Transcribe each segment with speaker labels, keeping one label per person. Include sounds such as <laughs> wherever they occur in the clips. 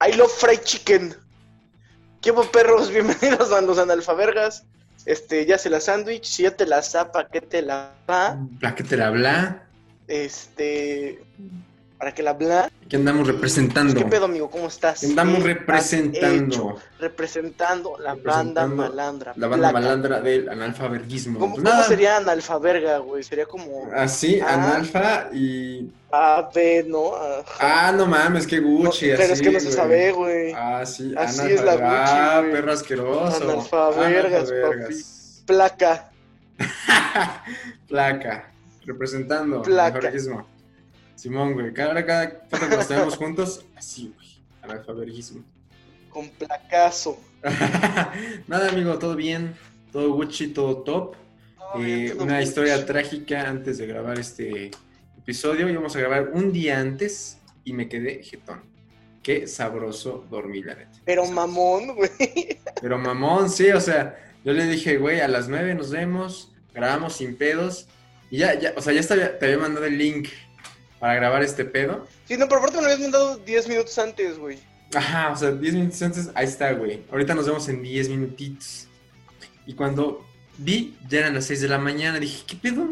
Speaker 1: I love fried chicken. ¿Qué hubo, perros? <laughs> Bienvenidos a los analfabergas. Este, ya se la sándwich, si ya te la zapa, que te la va.
Speaker 2: La que te la habla.
Speaker 1: Este, para que la bla.
Speaker 2: Que andamos representando.
Speaker 1: ¿Qué pedo, amigo? ¿Cómo estás?
Speaker 2: Andamos
Speaker 1: ¿Qué has
Speaker 2: representando.
Speaker 1: hecho? Representando la
Speaker 2: Representando
Speaker 1: banda malandra.
Speaker 2: La banda
Speaker 1: placa.
Speaker 2: malandra del analfaberguismo.
Speaker 1: ¿Cómo,
Speaker 2: Pues
Speaker 1: cómo
Speaker 2: nada,
Speaker 1: sería analfaberga, güey? Sería como
Speaker 2: Así,
Speaker 1: Ah.
Speaker 2: analfa y.
Speaker 1: A, B, ¿no? A-
Speaker 2: Ah, no mames, qué Gucci.
Speaker 1: No, pero es
Speaker 2: así,
Speaker 1: que no se
Speaker 2: güey.
Speaker 1: sabe, güey.
Speaker 2: Ah, sí,
Speaker 1: Así
Speaker 2: analfa-
Speaker 1: es la
Speaker 2: Ah,
Speaker 1: Gucci, güey.
Speaker 2: perro asqueroso.
Speaker 1: Analfabergas,
Speaker 2: Analfabergas.
Speaker 1: Placa.
Speaker 2: <laughs> Placa. Representando el
Speaker 1: Placa.
Speaker 2: analfaberguismo. Simón, güey. Cada, cada foto que nos tenemos juntos, así, güey. Analfaberguismo.
Speaker 1: Con placazo.
Speaker 2: <laughs> Nada, amigo, todo bien. Todo Gucci, todo top.
Speaker 1: No,
Speaker 2: Eh,
Speaker 1: ya te
Speaker 2: una
Speaker 1: doy-
Speaker 2: historia trágica antes de grabar este episodio. Íbamos a grabar un día antes y me quedé jetón. Qué sabroso dormí, la neta.
Speaker 1: Pero
Speaker 2: Sabroso.
Speaker 1: mamón, güey.
Speaker 2: Pero mamón, sí, o sea, yo le dije, güey, a las nueve nos vemos, grabamos sin pedos. Y ya, ya, o sea, ya estaba- te había mandado el link para grabar este pedo.
Speaker 1: Sí, no, pero aparte me lo habías mandado 10 minutos antes, güey.
Speaker 2: Ajá, o sea, 10 minutos antes, ahí está, güey. Ahorita nos vemos en 10 minutitos. Y cuando vi, ya eran las 6 de la mañana, dije, ¿qué pedo?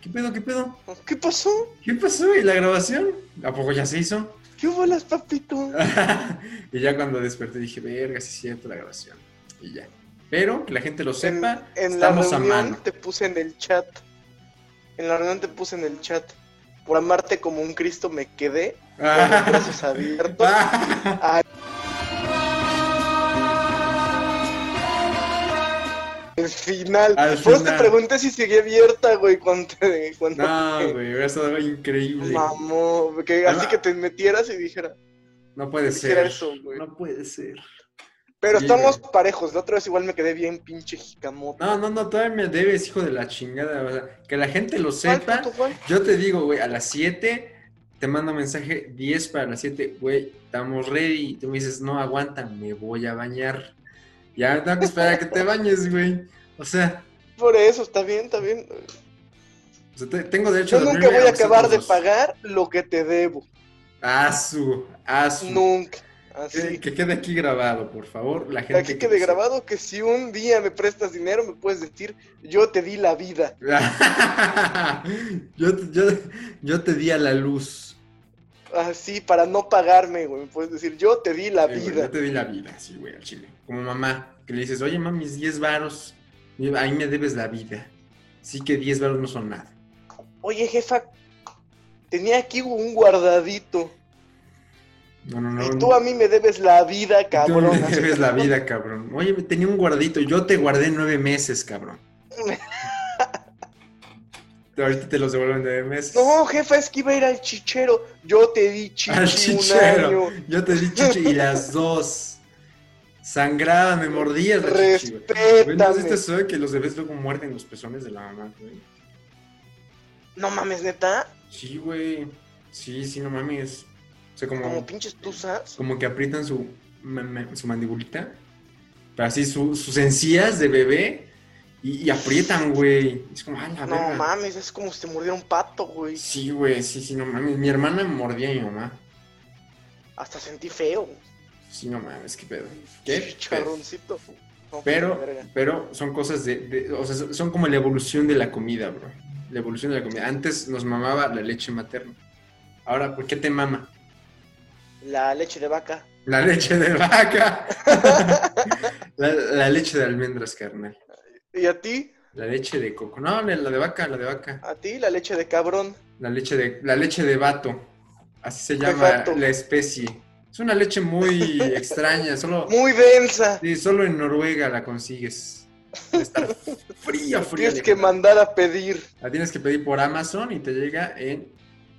Speaker 2: ¿Qué pedo? ¿Qué pedo?
Speaker 1: ¿Qué pasó?
Speaker 2: ¿Qué pasó? ¿Y la grabación? ¿A poco ya se hizo? <laughs>
Speaker 1: ¿Qué bolas, papito?
Speaker 2: y ya cuando desperté dije, verga, sí es cierto la grabación. Y ya. Pero que la gente lo
Speaker 1: En,
Speaker 2: sepa,
Speaker 1: en la
Speaker 2: estamos a
Speaker 1: reunión
Speaker 2: mano. <laughs>
Speaker 1: te puse en el chat. En la reunión te puse en el chat. Por amarte como un Cristo me quedé
Speaker 2: Ah.
Speaker 1: con los brazos abiertos. Al final.
Speaker 2: Al
Speaker 1: Por eso te
Speaker 2: final.
Speaker 1: pregunté si seguía abierta, güey, cuando te... Cuando
Speaker 2: <laughs> no, güey, hubiera estado increíble.
Speaker 1: Mamó, que así que te metieras y dijera,
Speaker 2: No puede
Speaker 1: dijera
Speaker 2: ser.
Speaker 1: eso, güey.
Speaker 2: No puede ser.
Speaker 1: Pero
Speaker 2: Sí,
Speaker 1: estamos
Speaker 2: güey.
Speaker 1: parejos, la otra vez igual me quedé bien pinche jicamoto.
Speaker 2: No, no, no, todavía me debes, hijo de la chingada. o sea, que la gente lo
Speaker 1: ¿Cuál,
Speaker 2: sepa.
Speaker 1: puto, cuál?
Speaker 2: Yo te digo, güey, a las 7 te mando mensaje 10 para las 7, güey, estamos ready. Y tú me dices, no, aguanta, me voy a bañar. Ya tengo que esperar a
Speaker 1: <laughs>
Speaker 2: que te bañes, güey. O sea,
Speaker 1: Por eso, está bien, está bien.
Speaker 2: o sea, te- tengo derecho
Speaker 1: Yo
Speaker 2: a
Speaker 1: nunca
Speaker 2: dormirme
Speaker 1: voy a
Speaker 2: aunque sea
Speaker 1: acabar
Speaker 2: tus
Speaker 1: de
Speaker 2: dos.
Speaker 1: pagar lo que te debo.
Speaker 2: Ah, Asu, asu.
Speaker 1: Nunca.
Speaker 2: Que,
Speaker 1: Así.
Speaker 2: que quede aquí grabado, por favor. La gente
Speaker 1: Aquí
Speaker 2: que
Speaker 1: quede
Speaker 2: lo sepa.
Speaker 1: grabado que si un día me prestas dinero me puedes decir, yo te di la vida.
Speaker 2: <laughs> yo, te- yo, yo te di a la luz.
Speaker 1: Así, para no pagarme, güey. Me puedes decir, yo te di la
Speaker 2: Eh, güey,
Speaker 1: vida.
Speaker 2: yo te di la vida, sí, güey, al chile. Como mamá, que le dices, oye, mami, mis 10 varos, ahí me debes la vida. Sí que 10 varos no son nada.
Speaker 1: Oye, jefa, tenía aquí un guardadito.
Speaker 2: No, no, no.
Speaker 1: Y tú a mí me debes la vida,
Speaker 2: tú
Speaker 1: cabrón.
Speaker 2: me debes la vida, cabrón. Oye, me tenía un guardito, yo te guardé nueve
Speaker 1: <laughs>
Speaker 2: meses, cabrón. Ahorita te los devuelven nueve meses.
Speaker 1: No, jefa, es que iba a ir al chichero. Yo te di chichi,
Speaker 2: Al chichero.
Speaker 1: un año.
Speaker 2: Yo te di chichi y las dos. Sangraba, me mordías la chichi, güey. Güey, ¿No has visto
Speaker 1: Respétame.
Speaker 2: eso de que los bebés luego muerden los pezones de la mamá, güey?
Speaker 1: No mames, neta.
Speaker 2: Sí, güey. Sí, sí, no mames. O sea,
Speaker 1: Como
Speaker 2: como,
Speaker 1: pinches tuzas.
Speaker 2: como que aprietan su, ma- ma- su mandibulita. Pero así su- sus encías de bebé. Y, y aprietan, güey. Es como, ah, la
Speaker 1: No
Speaker 2: verga.
Speaker 1: mames, es como si te mordiera un pato, güey.
Speaker 2: Sí, güey, sí, sí, no mames. Mi hermana mordía a mi mamá.
Speaker 1: Hasta sentí feo.
Speaker 2: Sí, no mames, qué pedo. Qué pedo.
Speaker 1: Chicharroncito. No,
Speaker 2: Pero,
Speaker 1: verga.
Speaker 2: pero son cosas de, de- O sea, son como la evolución de la comida, bro. La evolución de la comida. Antes nos mamaba la leche materna. Ahora, ¿por qué te mama?
Speaker 1: La leche de vaca.
Speaker 2: La leche de vaca. <laughs> la, la leche de almendras, carnal.
Speaker 1: ¿Y a ti?
Speaker 2: La leche de coco. No, la la de vaca, la de vaca.
Speaker 1: ¿A ti? La leche de cabrón.
Speaker 2: La leche de, la leche de vato. Así se
Speaker 1: De
Speaker 2: llama
Speaker 1: vato.
Speaker 2: la especie. Es una leche muy extraña. Solo,
Speaker 1: <laughs> Muy densa.
Speaker 2: sí, solo en Noruega la consigues. Debe Estar
Speaker 1: <laughs>
Speaker 2: fría, fría.
Speaker 1: Tienes que
Speaker 2: leche.
Speaker 1: mandar a pedir
Speaker 2: La tienes que pedir por Amazon y te llega en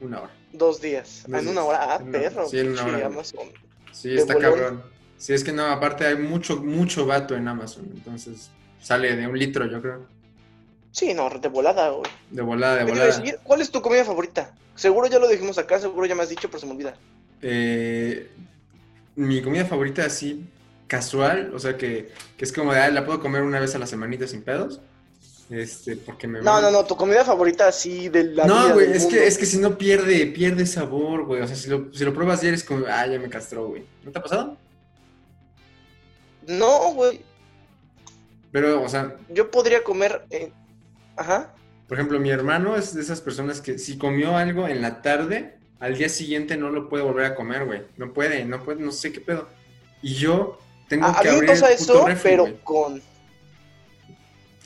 Speaker 2: una hora.
Speaker 1: dos días.
Speaker 2: Dos
Speaker 1: en
Speaker 2: días.
Speaker 1: una hora. Ah,
Speaker 2: En una-
Speaker 1: perro.
Speaker 2: sí, en una
Speaker 1: pinche
Speaker 2: hora.
Speaker 1: Amazon.
Speaker 2: Sí,
Speaker 1: De
Speaker 2: está
Speaker 1: bolón.
Speaker 2: cabrón. Sí, es que no, aparte hay mucho, mucho vato en Amazon. Entonces sale de un litro, yo creo.
Speaker 1: Sí, no, de volada, güey.
Speaker 2: De volada, de
Speaker 1: Oye, te iba a
Speaker 2: volada.
Speaker 1: decir, ¿Cuál es tu comida favorita? Seguro ya lo dijimos acá, seguro ya me has dicho, pero se me olvida.
Speaker 2: Eh, mi comida favorita así casual, o sea que, que es como de, "Ah, la puedo comer una vez a la semanita sin pedos. Este, porque me
Speaker 1: No,
Speaker 2: van-
Speaker 1: no, no, tu comida favorita así de la vida
Speaker 2: No, güey,
Speaker 1: del
Speaker 2: es que,
Speaker 1: mundo.
Speaker 2: es que si no pierde, pierde sabor, güey. O sea, si lo, si lo pruebas ya eres como, ah, ya me castró, güey. ¿No te ha pasado?
Speaker 1: No, güey,
Speaker 2: Pero, o sea,
Speaker 1: yo podría comer... eh, Ajá.
Speaker 2: por ejemplo, mi hermano es de esas personas que si comió algo en la tarde, al día siguiente no lo puede volver a comer, güey. No puede, no puede, no sé qué pedo. Y yo tengo
Speaker 1: A, a
Speaker 2: que
Speaker 1: mí me
Speaker 2: abrir
Speaker 1: pasa
Speaker 2: el puto
Speaker 1: eso,
Speaker 2: refri,
Speaker 1: pero
Speaker 2: güey.
Speaker 1: con...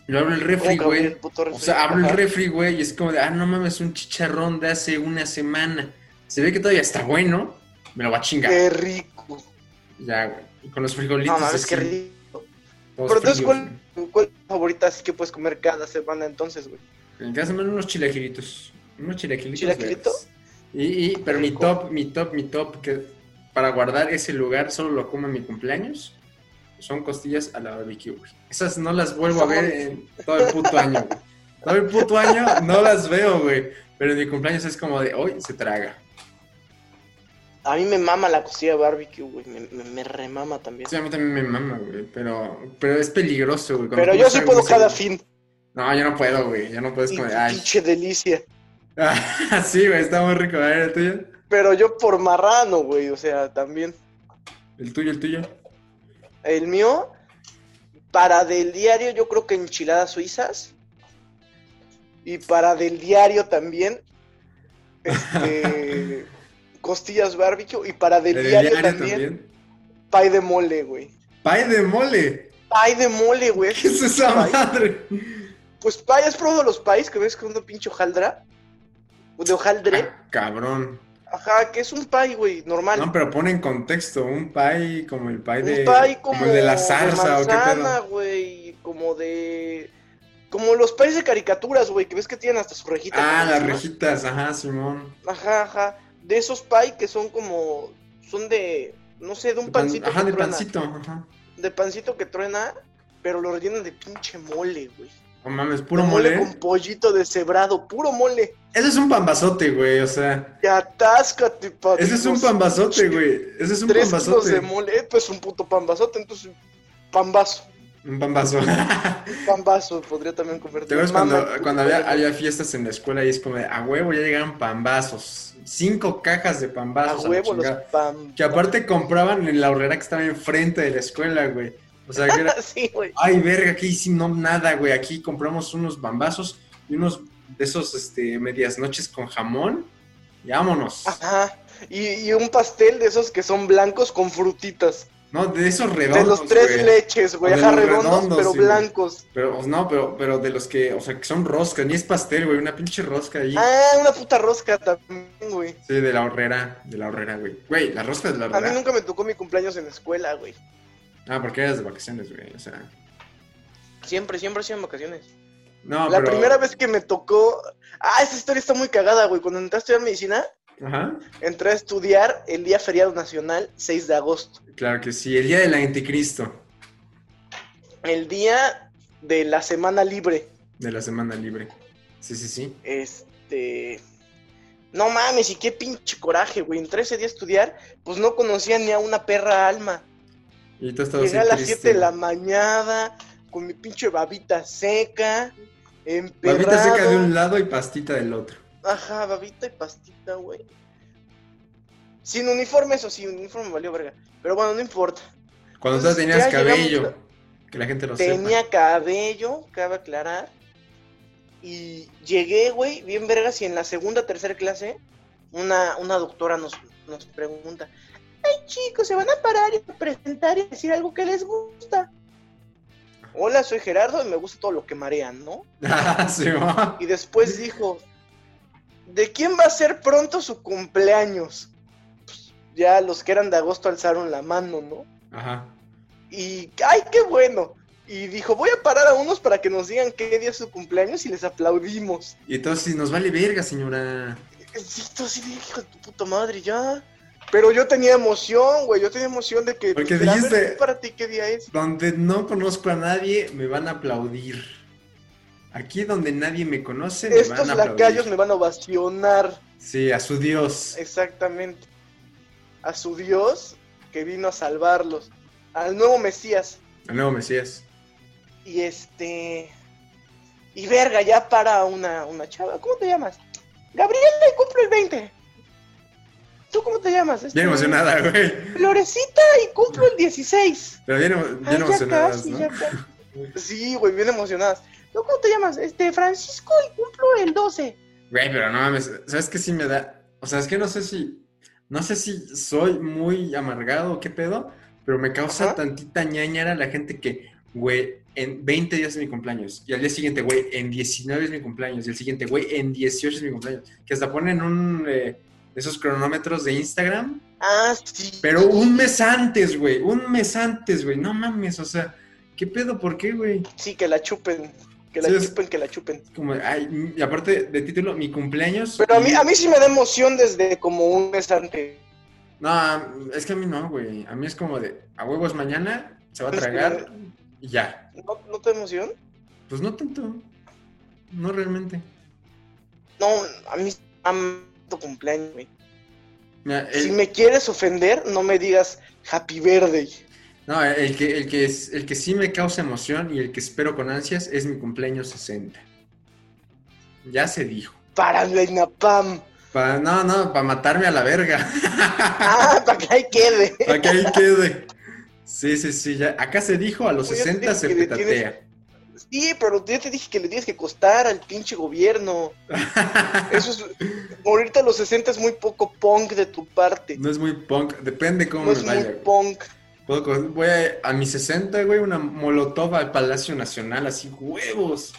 Speaker 2: Yo abro el
Speaker 1: ¿cómo
Speaker 2: refri,
Speaker 1: que abrir
Speaker 2: güey.
Speaker 1: el puto
Speaker 2: O
Speaker 1: refri?
Speaker 2: sea, abro el
Speaker 1: Ajá.
Speaker 2: refri, güey, y es como de, ah, no mames, un chicharrón de hace una semana. Se ve que todavía está bueno, me lo va a chingar.
Speaker 1: Qué rico.
Speaker 2: Ya, güey. Y con los frijolitos.
Speaker 1: No mames, qué
Speaker 2: así,
Speaker 1: rico. Pero
Speaker 2: todos
Speaker 1: entonces,
Speaker 2: fríos,
Speaker 1: ¿cuál- ¿Cuál es tu favorita así que puedes comer cada semana entonces, güey?
Speaker 2: güey. En casa me dan unos chilaquilitos. Unos chilaquilitos.
Speaker 1: ¿Chilaquilito?
Speaker 2: verdes. Y, y- pero mi
Speaker 1: Rico.
Speaker 2: top, mi top, mi top, que para guardar ese lugar solo lo como en mi cumpleaños, son costillas a la barbecue, güey. Esas no las vuelvo a ver en todo el puto año, güey. Todo el puto año no las veo, güey. Pero en mi cumpleaños es como de, hoy se traga.
Speaker 1: A mí me mama la costilla de barbecue, güey. Me, me, me remama también.
Speaker 2: Sí, a mí también me mama, güey, pero, pero es peligroso, güey. cuando
Speaker 1: Pero
Speaker 2: comes
Speaker 1: yo sí
Speaker 2: algo
Speaker 1: puedo
Speaker 2: muy
Speaker 1: cada
Speaker 2: seguro.
Speaker 1: fin.
Speaker 2: No, yo no puedo, güey, yo no puedo, es
Speaker 1: Y
Speaker 2: como, de, ay.
Speaker 1: pinche delicia.
Speaker 2: <laughs> sí, güey, está muy rico, a ver, el tuyo,
Speaker 1: Pero yo por marrano, güey. O sea, también.
Speaker 2: el tuyo, el tuyo.
Speaker 1: El mío, para del diario, yo creo que enchiladas suizas. Y para del diario también, este, costillas barbecue. Y para del
Speaker 2: El
Speaker 1: diario, también, pay de mole, güey.
Speaker 2: Pay de mole,
Speaker 1: Pay de mole, güey.
Speaker 2: ¿qué es esa
Speaker 1: Pay.
Speaker 2: madre?
Speaker 1: Pues pay, ¿has probado los pais que ves con una pinche hojaldra? O de hojaldre.
Speaker 2: Ah, cabrón.
Speaker 1: Ajá, que es un pay, güey, normal.
Speaker 2: No, pero pone en contexto, un pay como el pay de...
Speaker 1: un pay Pues como,
Speaker 2: el de la
Speaker 1: de
Speaker 2: zarza o qué
Speaker 1: manzana,
Speaker 2: pedo.
Speaker 1: güey, como de como los países de caricaturas, güey, que ves que tienen hasta sus rejitas.
Speaker 2: Ah,
Speaker 1: ¿no?
Speaker 2: las rejitas, ajá, Simón.
Speaker 1: Ajá, ajá. De esos pay que son como son de no sé, de un
Speaker 2: De pan-
Speaker 1: pancito
Speaker 2: Ajá,
Speaker 1: que
Speaker 2: de
Speaker 1: truena,
Speaker 2: pancito, ajá.
Speaker 1: de pancito que truena, pero lo rellenan de pinche mole, güey.
Speaker 2: No mames, puro
Speaker 1: De
Speaker 2: mole.
Speaker 1: con pollito deshebrado, puro mole.
Speaker 2: Eso es un pambazote, güey, o sea...
Speaker 1: Y atáscate, padre.
Speaker 2: Ese es un
Speaker 1: Los
Speaker 2: pambazote, güey. Ese es un
Speaker 1: Tres kilos de
Speaker 2: pambazote.
Speaker 1: mole, eh, pues un puto pambazote, entonces pambazo.
Speaker 2: Un pambazo. <laughs>
Speaker 1: Pambazo podría también convertir.
Speaker 2: ¿Te acuerdas
Speaker 1: Mama,
Speaker 2: cuando,
Speaker 1: puto
Speaker 2: cuando había,
Speaker 1: pambazo.
Speaker 2: había fiestas en la escuela y es como de, a huevo ya llegaron pambazos? Cinco cajas de
Speaker 1: A
Speaker 2: pambazos. la
Speaker 1: huevo los
Speaker 2: chingada.
Speaker 1: pam.
Speaker 2: Que aparte compraban en la horrera que estaba enfrente de la escuela, güey. O
Speaker 1: <laughs>
Speaker 2: sea, que era,
Speaker 1: Sí, güey.
Speaker 2: ay, verga, aquí sí no nada, güey. Aquí compramos unos pambazos y unos de esos este, medias noches con jamón. Y vámonos.
Speaker 1: Ajá. Y, y un pastel de esos que son blancos con frutitas.
Speaker 2: No, de esos redondos.
Speaker 1: De los tres
Speaker 2: güey.
Speaker 1: leches, güey.
Speaker 2: O de
Speaker 1: Ajá,
Speaker 2: los
Speaker 1: redondos,
Speaker 2: redondos,
Speaker 1: pero
Speaker 2: sí, güey.
Speaker 1: blancos.
Speaker 2: Pero, pues, no, pero, pero de los que, o sea, que son roscas, ni es pastel, güey, una pinche rosca ahí.
Speaker 1: Ah, una puta rosca también, güey.
Speaker 2: Sí, de la horrera, de la horrera, güey. Güey, la rosca de la
Speaker 1: A mí
Speaker 2: horrera.
Speaker 1: nunca me tocó mi cumpleaños en la escuela, güey.
Speaker 2: Ah, porque eras de vacaciones, güey, o sea.
Speaker 1: Siempre, siempre hacían vacaciones.
Speaker 2: No,
Speaker 1: la
Speaker 2: pero...
Speaker 1: primera vez que me tocó. Ah, esta historia está muy cagada, güey. Cuando entré a estudiar medicina,
Speaker 2: Ajá,
Speaker 1: entré a estudiar el día feriado nacional, 6 de agosto.
Speaker 2: claro que sí, el día del anticristo,
Speaker 1: El día de la semana libre.
Speaker 2: de la semana libre. Sí, sí, sí.
Speaker 1: Este. No mames, y qué pinche coraje, güey. Entré ese día a estudiar, pues no conocía ni a una perra alma.
Speaker 2: Y tú estabas
Speaker 1: Llegué a
Speaker 2: ahí
Speaker 1: las
Speaker 2: triste.
Speaker 1: 7 de la mañana, con mi pinche babita seca, emperrado.
Speaker 2: Babita seca de un lado y pastita del otro.
Speaker 1: Ajá, babita y pastita, güey. Sin uniforme, eso sí, uniforme valió verga. Pero bueno, no importa.
Speaker 2: Cuando tú
Speaker 1: Entonces,
Speaker 2: tenías
Speaker 1: ya llegamos,
Speaker 2: cabello, que la gente lo
Speaker 1: Tenía
Speaker 2: sepa.
Speaker 1: cabello, cabe aclarar. Y llegué, güey, bien vergas, y en la segunda, tercera clase, una, una doctora nos, nos pregunta, ay chicos, se van a parar y presentar y decir algo que les gusta. Hola, soy Gerardo y me gusta todo lo que marean, ¿no?
Speaker 2: <laughs> Ah, sí, va.
Speaker 1: Y después dijo, ¿de quién va a ser pronto su cumpleaños? Pues, ya los que eran de agosto alzaron la mano, ¿no?
Speaker 2: Ajá.
Speaker 1: Y, ¡ay, qué bueno! Y dijo, voy a parar a unos para que nos digan qué día es su cumpleaños y les aplaudimos.
Speaker 2: Y entonces, sí, nos vale verga, señora.
Speaker 1: Sí, tú así de, hijo de tu puta madre, ya. Pero yo tenía emoción, güey, yo tenía emoción de que...
Speaker 2: Porque
Speaker 1: pues, a ver,
Speaker 2: dijiste-
Speaker 1: ¿tú para ti qué día es?
Speaker 2: Donde no conozco a nadie, me van a aplaudir. Aquí donde nadie me conoce, me
Speaker 1: Estos
Speaker 2: van a aplaudir.
Speaker 1: lacayos me van a ovacionar.
Speaker 2: Sí, a su Dios.
Speaker 1: Exactamente. A su Dios que vino a salvarlos. Al nuevo Mesías.
Speaker 2: Al nuevo Mesías.
Speaker 1: Y este. Y verga, ya para una, una chava. ¿Cómo te llamas? Gabriela y cumplo el 20. ¿Tú cómo te llamas? Este,
Speaker 2: Bien emocionada, güey.
Speaker 1: Florecita y cumplo el 16.
Speaker 2: Pero bien, emo- bien
Speaker 1: Ay, ya
Speaker 2: emocionadas,
Speaker 1: casi,
Speaker 2: ¿no?
Speaker 1: ya casi. Sí, güey, bien emocionadas. ¿Tú cómo te llamas? Este, Francisco y cumplo el 12.
Speaker 2: Güey, pero no mames, ¿sabes qué sí me da? O sea, es que no sé si, no sé si soy muy amargado o qué pedo, pero me causa
Speaker 1: Ajá.
Speaker 2: tantita ñañara la gente que, güey, en 20 días es mi cumpleaños, y al día siguiente, güey, en 19 es mi cumpleaños, y el siguiente, güey, en 18 es mi cumpleaños, que hasta ponen un, eh, esos cronómetros de Instagram,
Speaker 1: Ah, sí.
Speaker 2: pero un mes antes, güey, un mes antes, güey, no mames, o sea, ¿qué pedo? ¿Por qué, güey?
Speaker 1: Sí, que la chupen. Que la
Speaker 2: Sí, es-
Speaker 1: chupen, que la chupen.
Speaker 2: Como, ay, y aparte de título, mi cumpleaños.
Speaker 1: Pero a mí,
Speaker 2: y-
Speaker 1: a mí sí me da emoción desde como un mes antes.
Speaker 2: No, es que a mí no, güey. A mí es como de, a huevos mañana, se va a
Speaker 1: Pues,
Speaker 2: tragar y ya.
Speaker 1: ¿No, no te emoción?
Speaker 2: Pues no tanto. No realmente.
Speaker 1: No, a mí amo tu cumpleaños, güey.
Speaker 2: Mira, el,
Speaker 1: Si me quieres ofender, no me digas happy birthday.
Speaker 2: No, el que, el, que es, el que sí me causa emoción y el que espero con ansias es mi cumpleaños 60. Ya se dijo.
Speaker 1: Para la
Speaker 2: <laughs>
Speaker 1: INAPAM.
Speaker 2: Pa- no, no, para matarme a la verga. <laughs>
Speaker 1: Ah, para que ahí quede.
Speaker 2: para que ahí quede. Sí, sí, sí. ya. Acá se dijo, a los
Speaker 1: Oye,
Speaker 2: 60 se
Speaker 1: tienes-
Speaker 2: petatea. <laughs>
Speaker 1: Sí, pero yo te dije que le tienes que costar al pinche gobierno. Eso es. Morirte a los 60 es muy poco punk de tu parte. No,
Speaker 2: No es muy punk. Depende cómo
Speaker 1: es
Speaker 2: me vaya.
Speaker 1: muy
Speaker 2: güey.
Speaker 1: punk.
Speaker 2: Puedo co- voy a, a mis 60, güey, una molotov al Palacio Nacional, así, huevos.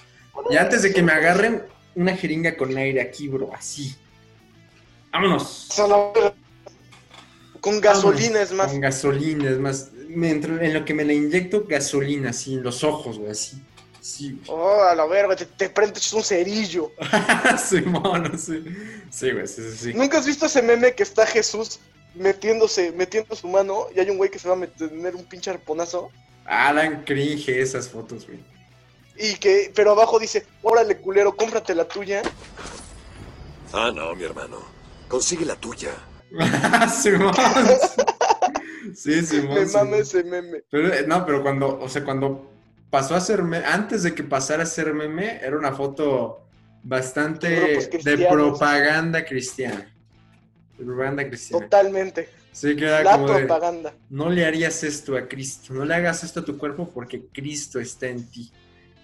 Speaker 2: Y antes de que me agarren, una jeringa con aire aquí, bro, así. Vámonos.
Speaker 1: A la verga. Con gasolina es más.
Speaker 2: Con gasolina, es más. Me entro- en lo que me la inyecto, gasolina, así, en los ojos, güey, así. Sí, güey. <laughs>
Speaker 1: Oh, a la verga, te, te prendes un cerillo.
Speaker 2: Simón, sí. Sí, güey, sí, sí, sí.
Speaker 1: ¿Nunca has visto ese meme que está Jesús metiéndose, metiendo su mano y hay un güey que se va a meter un pinche arponazo?
Speaker 2: Ah, dan cringe esas fotos, güey. <laughs>
Speaker 1: Y que, pero abajo dice, órale culero, cómprate la tuya.
Speaker 3: Ah, no, mi hermano. Consigue la tuya.
Speaker 2: Simón. Sí, Simón.
Speaker 1: Me
Speaker 2: Simón.
Speaker 1: mama ese meme.
Speaker 2: Pero, eh, no, pero cuando, o sea, cuando pasó a ser meme, antes de que pasara a ser meme, era una foto
Speaker 1: Grupos
Speaker 2: bastante de
Speaker 1: pues, cristianos.
Speaker 2: propaganda cristiana. De propaganda cristiana.
Speaker 1: Totalmente.
Speaker 2: Sí, que era
Speaker 1: La
Speaker 2: como de,
Speaker 1: propaganda.
Speaker 2: no le harías esto a Cristo, no le hagas esto a tu cuerpo porque Cristo está en ti.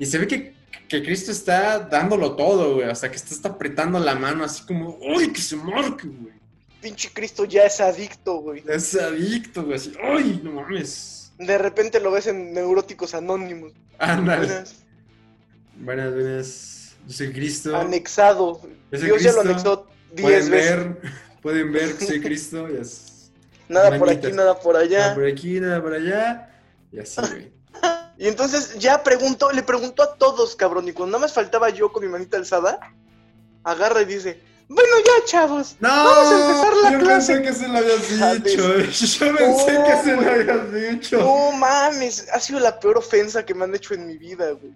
Speaker 2: Y se ve que, que Cristo está dándolo todo, güey, hasta que está hasta apretando la mano así como, ¡ay, que se marque, güey!
Speaker 1: Pinche Cristo ya es adicto, güey.
Speaker 2: Es adicto, güey, así, ¡ay, no mames!
Speaker 1: De repente lo ves en Neuróticos
Speaker 2: <laughs>
Speaker 1: Anónimos.
Speaker 2: Ándale.
Speaker 1: Buenas.
Speaker 2: Buenas, buenas. Yo soy Cristo.
Speaker 1: Anexado.
Speaker 2: Yo
Speaker 1: Dios
Speaker 2: soy
Speaker 1: ya lo
Speaker 2: Cristo.
Speaker 1: anexó 10
Speaker 2: Pueden
Speaker 1: veces.
Speaker 2: ver, pueden ver que soy Cristo. Y
Speaker 1: <laughs>
Speaker 2: as-
Speaker 1: Nada por
Speaker 2: manitas.
Speaker 1: aquí, nada por allá.
Speaker 2: Nada por aquí, nada por allá. Y así,
Speaker 1: <laughs>
Speaker 2: güey.
Speaker 1: Y entonces ya preguntó, le preguntó a todos, cabrón, y cuando nada más faltaba yo con mi manita alzada, agarra y dice, bueno ya, chavos,
Speaker 2: ¡No!
Speaker 1: Vamos a empezar la
Speaker 2: yo
Speaker 1: clase.
Speaker 2: pensé que se
Speaker 1: <laughs>
Speaker 2: lo habías
Speaker 1: Hija de
Speaker 2: dicho. <laughs> Yo pensé
Speaker 1: No,
Speaker 2: que se lo
Speaker 1: güey.
Speaker 2: habías dicho.
Speaker 1: no mames, ha sido la peor ofensa que me han hecho en mi vida, güey.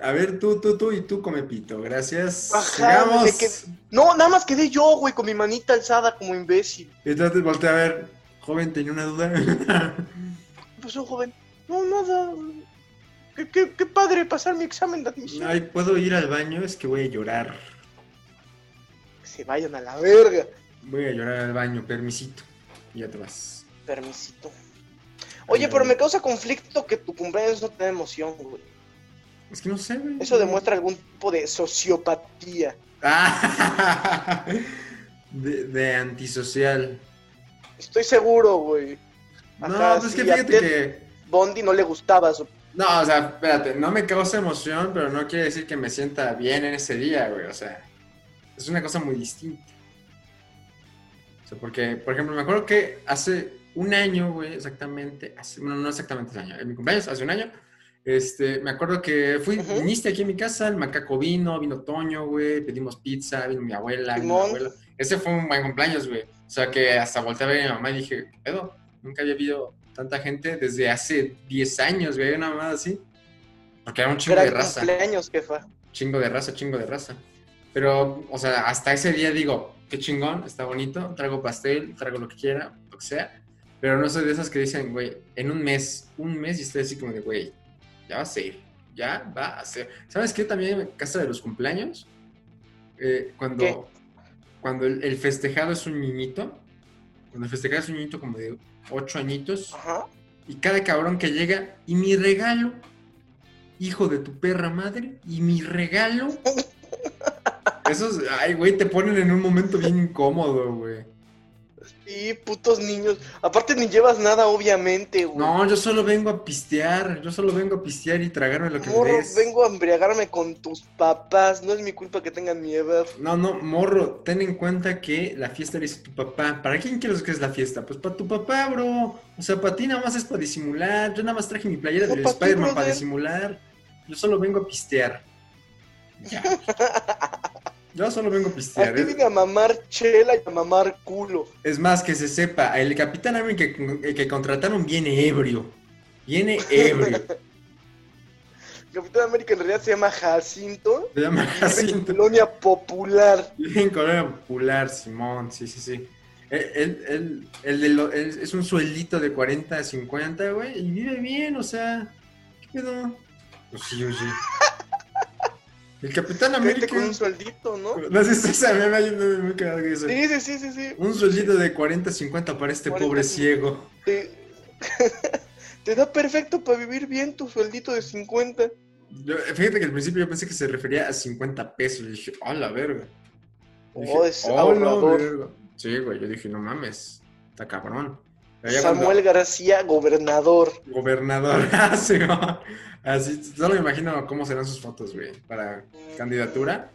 Speaker 2: A ver, tú, tú, tú y tú come pito. Gracias.
Speaker 1: Ajá,
Speaker 2: Sigamos.
Speaker 1: de que- No, nada más quedé yo, güey, con mi manita alzada como imbécil.
Speaker 2: Entonces volteé a ver. Joven, tenía una duda. <laughs>
Speaker 1: ¿Qué pasó, joven? No, nada. güey. Qué, qué- qué padre pasar mi examen de admisión.
Speaker 2: Ay, ¿puedo ir al baño? Es que voy a llorar.
Speaker 1: Que se vayan a la verga.
Speaker 2: Voy a llorar al baño, permisito. Y ya te vas.
Speaker 1: Permisito. Oye,
Speaker 2: Ay,
Speaker 1: pero
Speaker 2: ay.
Speaker 1: me causa conflicto que tu cumpleaños no te dé emoción, güey.
Speaker 2: Es que no sé, güey.
Speaker 1: Eso demuestra algún tipo de sociopatía.
Speaker 2: Ah, <laughs> de, de antisocial.
Speaker 1: Estoy seguro, güey. Ajá,
Speaker 2: no, pues es que
Speaker 1: sí, a
Speaker 2: fíjate
Speaker 1: Ted-
Speaker 2: que.
Speaker 1: Bondi no le gustaba su...
Speaker 2: No, o sea, espérate, no me causa emoción, pero no quiere decir que me sienta bien en ese día, güey. O sea, es una cosa muy distinta. O sea, porque, por ejemplo, me acuerdo que hace un año, güey, exactamente, hace, bueno, no exactamente hace un año, en mi cumpleaños, hace un año, este, me acuerdo que fui,
Speaker 1: Ujú.
Speaker 2: viniste aquí a mi casa, el macaco vino, vino Toño, güey, pedimos pizza, vino mi abuela, vino mi
Speaker 1: Simón.
Speaker 2: abuelo. Ese fue un buen cumpleaños, güey. O sea, que hasta volteé a ver a mi mamá y dije, "¿Qué pedo, nunca había habido tanta gente desde hace 10 años, güey, una mamada así. Porque era un chingo
Speaker 1: Gran
Speaker 2: de raza
Speaker 1: cumpleaños, jefa.
Speaker 2: chingo de raza, chingo de raza. Pero, o sea, hasta ese día digo, qué chingón, está bonito, traigo pastel, traigo lo que quiera, lo que sea. Pero no soy de esas que dicen, güey, en un mes, un mes y estoy así como de, güey, ya vas a ir. ya va a hacer. ¿Sabes qué? También en casa de los cumpleaños, eh, cuando,
Speaker 1: ¿Qué?
Speaker 2: cuando el, el festejado es un niñito, cuando el festejado es un niñito como de ocho añitos,
Speaker 1: Ajá.
Speaker 2: y cada cabrón que llega, y mi regalo, hijo de tu perra madre, y
Speaker 1: <laughs>
Speaker 2: mi regalo. Esos, ay, güey, te ponen en un momento bien incómodo, güey.
Speaker 1: Sí, putos niños. Aparte ni llevas nada, obviamente, güey.
Speaker 2: No, yo solo vengo a pistear, yo solo vengo a pistear y tragarme lo que me
Speaker 1: Morro,
Speaker 2: des.
Speaker 1: vengo a embriagarme con tus papás. No es mi culpa que tengan mi edad.
Speaker 2: No, no, morro, ten en cuenta que la fiesta la hizo tu papá. ¿Para quién quieres que es la fiesta? Pues para tu papá, bro. O sea, para ti nada más es para disimular. Yo nada más traje mi playera
Speaker 1: No,
Speaker 2: del
Speaker 1: pa' ti,
Speaker 2: Spider-Man para
Speaker 1: brother.
Speaker 2: disimular. Yo solo vengo a pistear.
Speaker 1: <laughs>
Speaker 2: Ya. Yo solo vengo a pistear.
Speaker 1: Aquí
Speaker 2: Es,
Speaker 1: vine a mamar chela y a mamar culo.
Speaker 2: es más, que se sepa, el Capitán América que, que contrataron viene ebrio.
Speaker 1: <laughs>
Speaker 2: Viene ebrio.
Speaker 1: Capitán América en realidad se llama Jacinto.
Speaker 2: Se llama
Speaker 1: Vive en
Speaker 2: Jacinto.
Speaker 1: Colonia Popular.
Speaker 2: <laughs> En Colonia Popular, Simón, sí, sí, sí. Él, él- él- él de lo- él es un sueldito de 40 a 50, güey, y vive bien, o sea, ¿qué pedo? Pues sí, oye. El Capitán
Speaker 1: Gente
Speaker 2: América.
Speaker 1: con un sueldito, ¿no?
Speaker 2: No sé si esa meme hay una muy cagada que dice,
Speaker 1: Sí, sí, sí, sí, sí.
Speaker 2: Un sueldito de 40 a 50 para este
Speaker 1: 40,
Speaker 2: pobre
Speaker 1: 50.
Speaker 2: ciego.
Speaker 1: Te... <laughs> te da perfecto para vivir bien tu sueldito de 50.
Speaker 2: Yo- fíjate que al principio yo pensé que se refería a 50 pesos. Y dije, ¡ah, la verga!
Speaker 1: Oh,
Speaker 2: Dije,
Speaker 1: es
Speaker 2: "Ah, la
Speaker 1: ahorrador".
Speaker 2: verga. Sí, güey, yo dije, no mames, está cabrón. Pero ya cuando-
Speaker 1: Samuel García, gobernador.
Speaker 2: Gobernador. <laughs> Ah, sí, no. Así, solo me imagino cómo serán sus fotos, güey, para candidatura.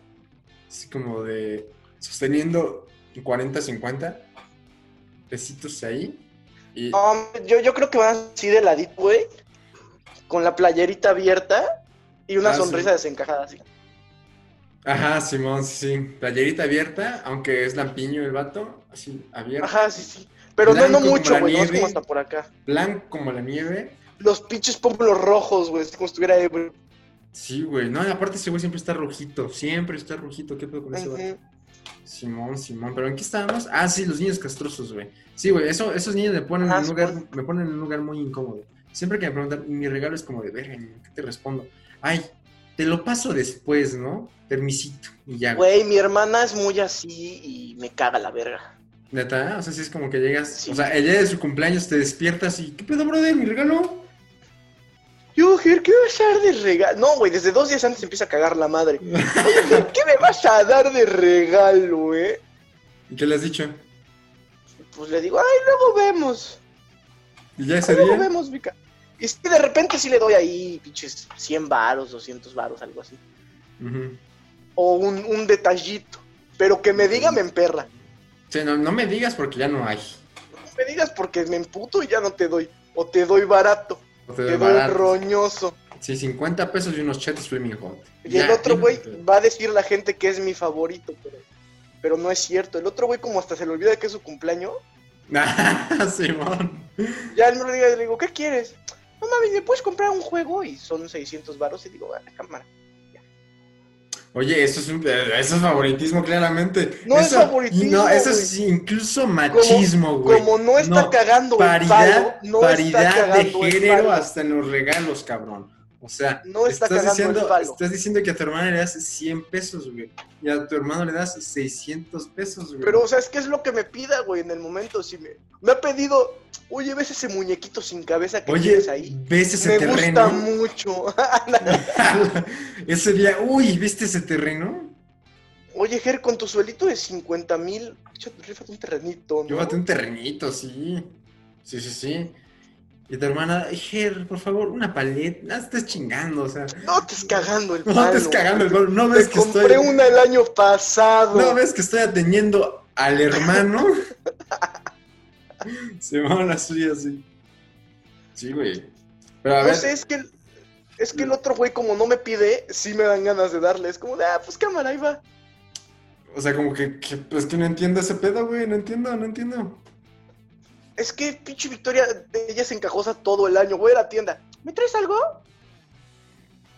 Speaker 2: Así como de sosteniendo 40, 50 pesitos ahí. Y
Speaker 1: Um, yo, yo creo que van así de ladito, güey. Con la playerita abierta y una
Speaker 2: Ah, sí.
Speaker 1: sonrisa desencajada así.
Speaker 2: ajá, Simón, sí, sí. Playerita abierta, aunque es lampiño el vato, así abierto.
Speaker 1: Ajá, sí, sí. Pero no, no
Speaker 2: Blanco
Speaker 1: mucho,
Speaker 2: como
Speaker 1: güey.
Speaker 2: la
Speaker 1: No es
Speaker 2: nieve.
Speaker 1: como hasta por acá.
Speaker 2: Blanco como la nieve.
Speaker 1: Los pinches pómulos rojos, güey. así Como si estuviera ebrio.
Speaker 2: Sí, güey. No, y aparte ese güey siempre está rojito. Siempre está rojito. ¿Qué pedo con ese vato?
Speaker 1: Ujú.
Speaker 2: Simón, Simón, pero ¿en qué estábamos? Ah, sí, los niños castrosos, güey. Sí, güey, eso, esos niños me ponen, en
Speaker 1: Ajá,
Speaker 2: un lugar,
Speaker 1: Ah, Simón.
Speaker 2: me ponen en un lugar muy incómodo. Siempre que me preguntan, mi regalo es como de verga, niño, ¿qué te respondo? Ay, te lo paso después, ¿no? Permisito, y ya, güey.
Speaker 1: Güey, mi hermana es muy así y me caga la verga.
Speaker 2: Neta, o sea, sí es como que llegas,
Speaker 1: Sí.
Speaker 2: o sea, el día de su cumpleaños te despiertas y, ¿qué pedo, brother? ¿Mi regalo?
Speaker 1: Yo, Ger, ¿qué vas a dar de regalo? No, güey, desde dos días antes empieza a cagar la madre. Oye, Ger, ¿qué me vas a dar de regalo, eh?
Speaker 2: ¿Y qué le has dicho?
Speaker 1: Pues le digo, ay, luego vemos.
Speaker 2: Y ya ese
Speaker 1: Luego
Speaker 2: día,
Speaker 1: vemos, Vika. Y sí, de repente sí le doy ahí, pinches, 100 varos, 200 varos, algo así.
Speaker 2: ujú.
Speaker 1: O un, un detallito. Pero que me diga me emperra.
Speaker 2: Sí, no, no me digas porque ya no hay.
Speaker 1: No me digas porque me emputo y ya no te doy. O te doy barato.
Speaker 2: O te
Speaker 1: Te
Speaker 2: doy
Speaker 1: doy
Speaker 2: baratos.
Speaker 1: roñoso.
Speaker 2: Sí, 50 pesos y unos chetos Flaming Hot.
Speaker 1: Y
Speaker 2: Ya,
Speaker 1: el otro
Speaker 2: dime,
Speaker 1: güey
Speaker 2: pero-
Speaker 1: va a decir la gente que es mi favorito, pero, pero no es cierto. El otro güey como hasta se le olvida que es su cumpleaños.
Speaker 2: <laughs> Ah, Simón.
Speaker 1: Ya el mismo día le digo, ¿qué quieres? No mames, ¿me puedes comprar un juego? Y son 600 varos y digo, a la cámara.
Speaker 2: Oye, eso es, un- eso es favoritismo, claramente.
Speaker 1: No es
Speaker 2: Eso-
Speaker 1: favoritismo,
Speaker 2: No, eso
Speaker 1: güey.
Speaker 2: es incluso machismo, güey.
Speaker 1: Como no está
Speaker 2: No,
Speaker 1: cagando el palo,
Speaker 2: Paridad,
Speaker 1: no
Speaker 2: paridad
Speaker 1: está cagando
Speaker 2: de
Speaker 1: el
Speaker 2: género
Speaker 1: palo.
Speaker 2: hasta en los regalos, cabrón. O sea,
Speaker 1: No está
Speaker 2: estás,
Speaker 1: cagando el
Speaker 2: diciendo,
Speaker 1: palo.
Speaker 2: estás diciendo que a tu hermana le das 100 pesos, güey. Y a tu hermano le das 600 pesos, güey.
Speaker 1: Pero, o sea, es que es lo que me pida, güey, en el momento. Si me, me ha pedido, oye, ¿ves ese muñequito sin cabeza que
Speaker 2: Oye,
Speaker 1: tienes ahí?
Speaker 2: ¿ves ese
Speaker 1: Me gusta
Speaker 2: terreno?
Speaker 1: mucho. <laughs>
Speaker 2: <laughs> ese día, uy, ¿viste ese terreno?
Speaker 1: oye, Ger, con tu suelito de 50 mil, rífate un terrenito, ¿no?
Speaker 2: Llévate un terrenito, sí. Sí, sí, sí. Y tu hermana, Ger, por favor, una paleta. No estés chingando, o sea. <laughs>
Speaker 1: No te es cagando el
Speaker 2: No
Speaker 1: palo.
Speaker 2: te estés cagando el gol. No
Speaker 1: Te
Speaker 2: ves que
Speaker 1: compré
Speaker 2: estoy.
Speaker 1: una el año pasado.
Speaker 2: No ves que estoy atendiendo al hermano. <laughs> Se van así, así. Sí, güey. Pero a
Speaker 1: No
Speaker 2: ver.
Speaker 1: sé, es que, el- es que el otro güey, como no me pide, sí me dan ganas de darle. Es como, de, ah, pues cámara, ahí va.
Speaker 2: O sea, como que, que- pues que no entiendo ese pedo, güey. No entiendo, no entiendo. <laughs>
Speaker 1: Es que pinche Victoria, ella se encajosa todo el año. Voy a la tienda. ¿Me traes algo?